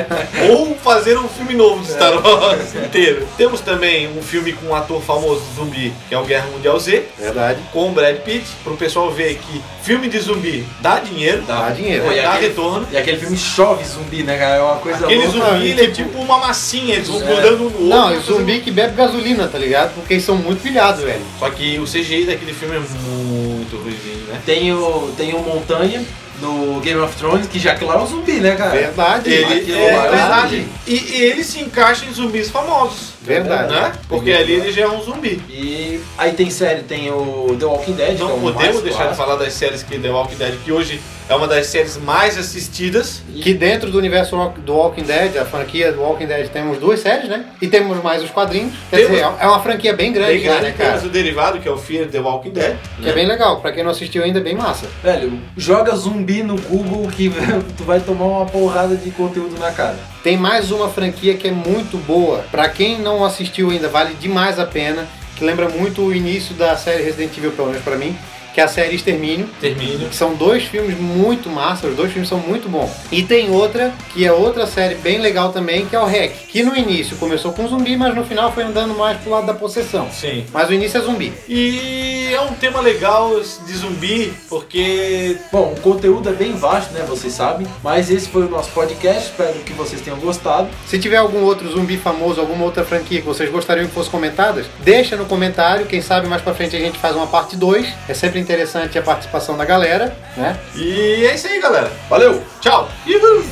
[SPEAKER 3] Ou fazer um filme novo do Star Wars inteiro. Temos também um filme com um ator famoso zumbi, que é o Guerra Mundial Z,
[SPEAKER 1] Verdade.
[SPEAKER 3] com o Brad Pitt, pro pessoal ver que filme de zumbi dá dinheiro, dá,
[SPEAKER 1] Dá dinheiro.
[SPEAKER 2] Pô, e
[SPEAKER 3] dá
[SPEAKER 2] aquele-
[SPEAKER 3] retorno.
[SPEAKER 2] E aquele filme chove zumbi, né, cara? É uma coisa
[SPEAKER 3] Aquele
[SPEAKER 2] louca.
[SPEAKER 3] zumbi, ele é
[SPEAKER 1] tipo-
[SPEAKER 3] tipo uma massinha, eles vão
[SPEAKER 2] É.
[SPEAKER 3] grudando um no outro.
[SPEAKER 1] Não, e zumbi que bebe gasolina, tá ligado? Porque eles são muito pilhados, velho.
[SPEAKER 3] Só que o CGI daquele filme é muito ruimzinho, né?
[SPEAKER 2] Tem o, tem o Montanha no Game of Thrones, que já aquilo lá é um zumbi, né, cara?
[SPEAKER 1] Verdade.
[SPEAKER 3] Ele
[SPEAKER 2] aquilo
[SPEAKER 3] é,
[SPEAKER 2] lá é
[SPEAKER 3] verdade.
[SPEAKER 2] zumbi.
[SPEAKER 3] E, e ele se encaixa em zumbis famosos.
[SPEAKER 1] Verdade.
[SPEAKER 3] Né? Porque ali ele já é um zumbi.
[SPEAKER 2] E aí tem série, tem o The Walking Dead, que é
[SPEAKER 3] Não
[SPEAKER 2] o mais
[SPEAKER 3] podemos deixar de
[SPEAKER 2] clássico.
[SPEAKER 3] falar das séries que The Walking Dead, que hoje é uma das séries mais assistidas.
[SPEAKER 1] Que dentro do universo Walk- do Walking Dead, a franquia do Walking Dead, temos duas séries, né? E temos mais os quadrinhos. Quer
[SPEAKER 3] Temos-
[SPEAKER 1] dizer, é uma franquia bem grande,
[SPEAKER 3] Tem
[SPEAKER 1] já,
[SPEAKER 3] grande
[SPEAKER 1] né, cara?
[SPEAKER 3] temos né? o derivado, que é o Fear The Walking Dead.
[SPEAKER 1] Que é bem legal. Pra quem não assistiu ainda, é bem massa.
[SPEAKER 2] Velho, joga zumbi no Google que tu vai tomar uma porrada de conteúdo na cara.
[SPEAKER 1] Tem mais uma franquia que é muito boa. Pra quem não assistiu ainda, vale demais a pena. Que lembra muito o início da série Resident Evil, pelo menos pra mim. Que é a série Extermínio.
[SPEAKER 3] Termino.
[SPEAKER 1] que São dois filmes muito massa, os dois filmes são muito bons. E tem outra, que é outra série bem legal também, que é o Hack. Que no início começou com zumbi, mas no final foi andando mais pro lado da possessão.
[SPEAKER 3] Sim.
[SPEAKER 1] Mas o início é zumbi.
[SPEAKER 3] E é um tema legal de zumbi, porque
[SPEAKER 2] Bom, o conteúdo é bem vasto, né? Vocês sabem. Mas esse foi o nosso podcast. Espero que vocês tenham gostado.
[SPEAKER 1] Se tiver algum outro zumbi famoso, alguma outra franquia que vocês gostariam que fosse comentadas, deixa no comentário. Quem sabe mais pra frente a gente faz uma parte 2. É sempre interessante a participação da galera, né?
[SPEAKER 3] E é isso aí, galera.
[SPEAKER 2] Valeu!
[SPEAKER 3] Tchau. Yuhu!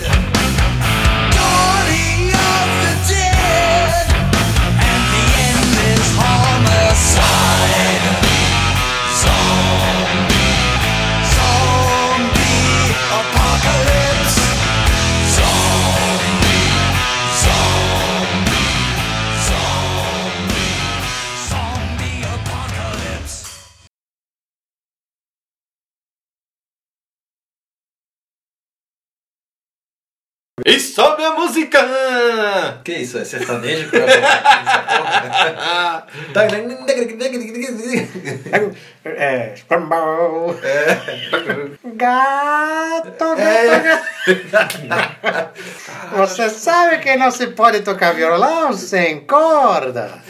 [SPEAKER 3] E sobe a música!
[SPEAKER 2] Que isso? É sertanejo que vai botar
[SPEAKER 3] Ah,
[SPEAKER 2] Tá, aqui nessa porra?
[SPEAKER 1] É. Scramble. Gato, Você sabe que não se pode tocar violão sem corda.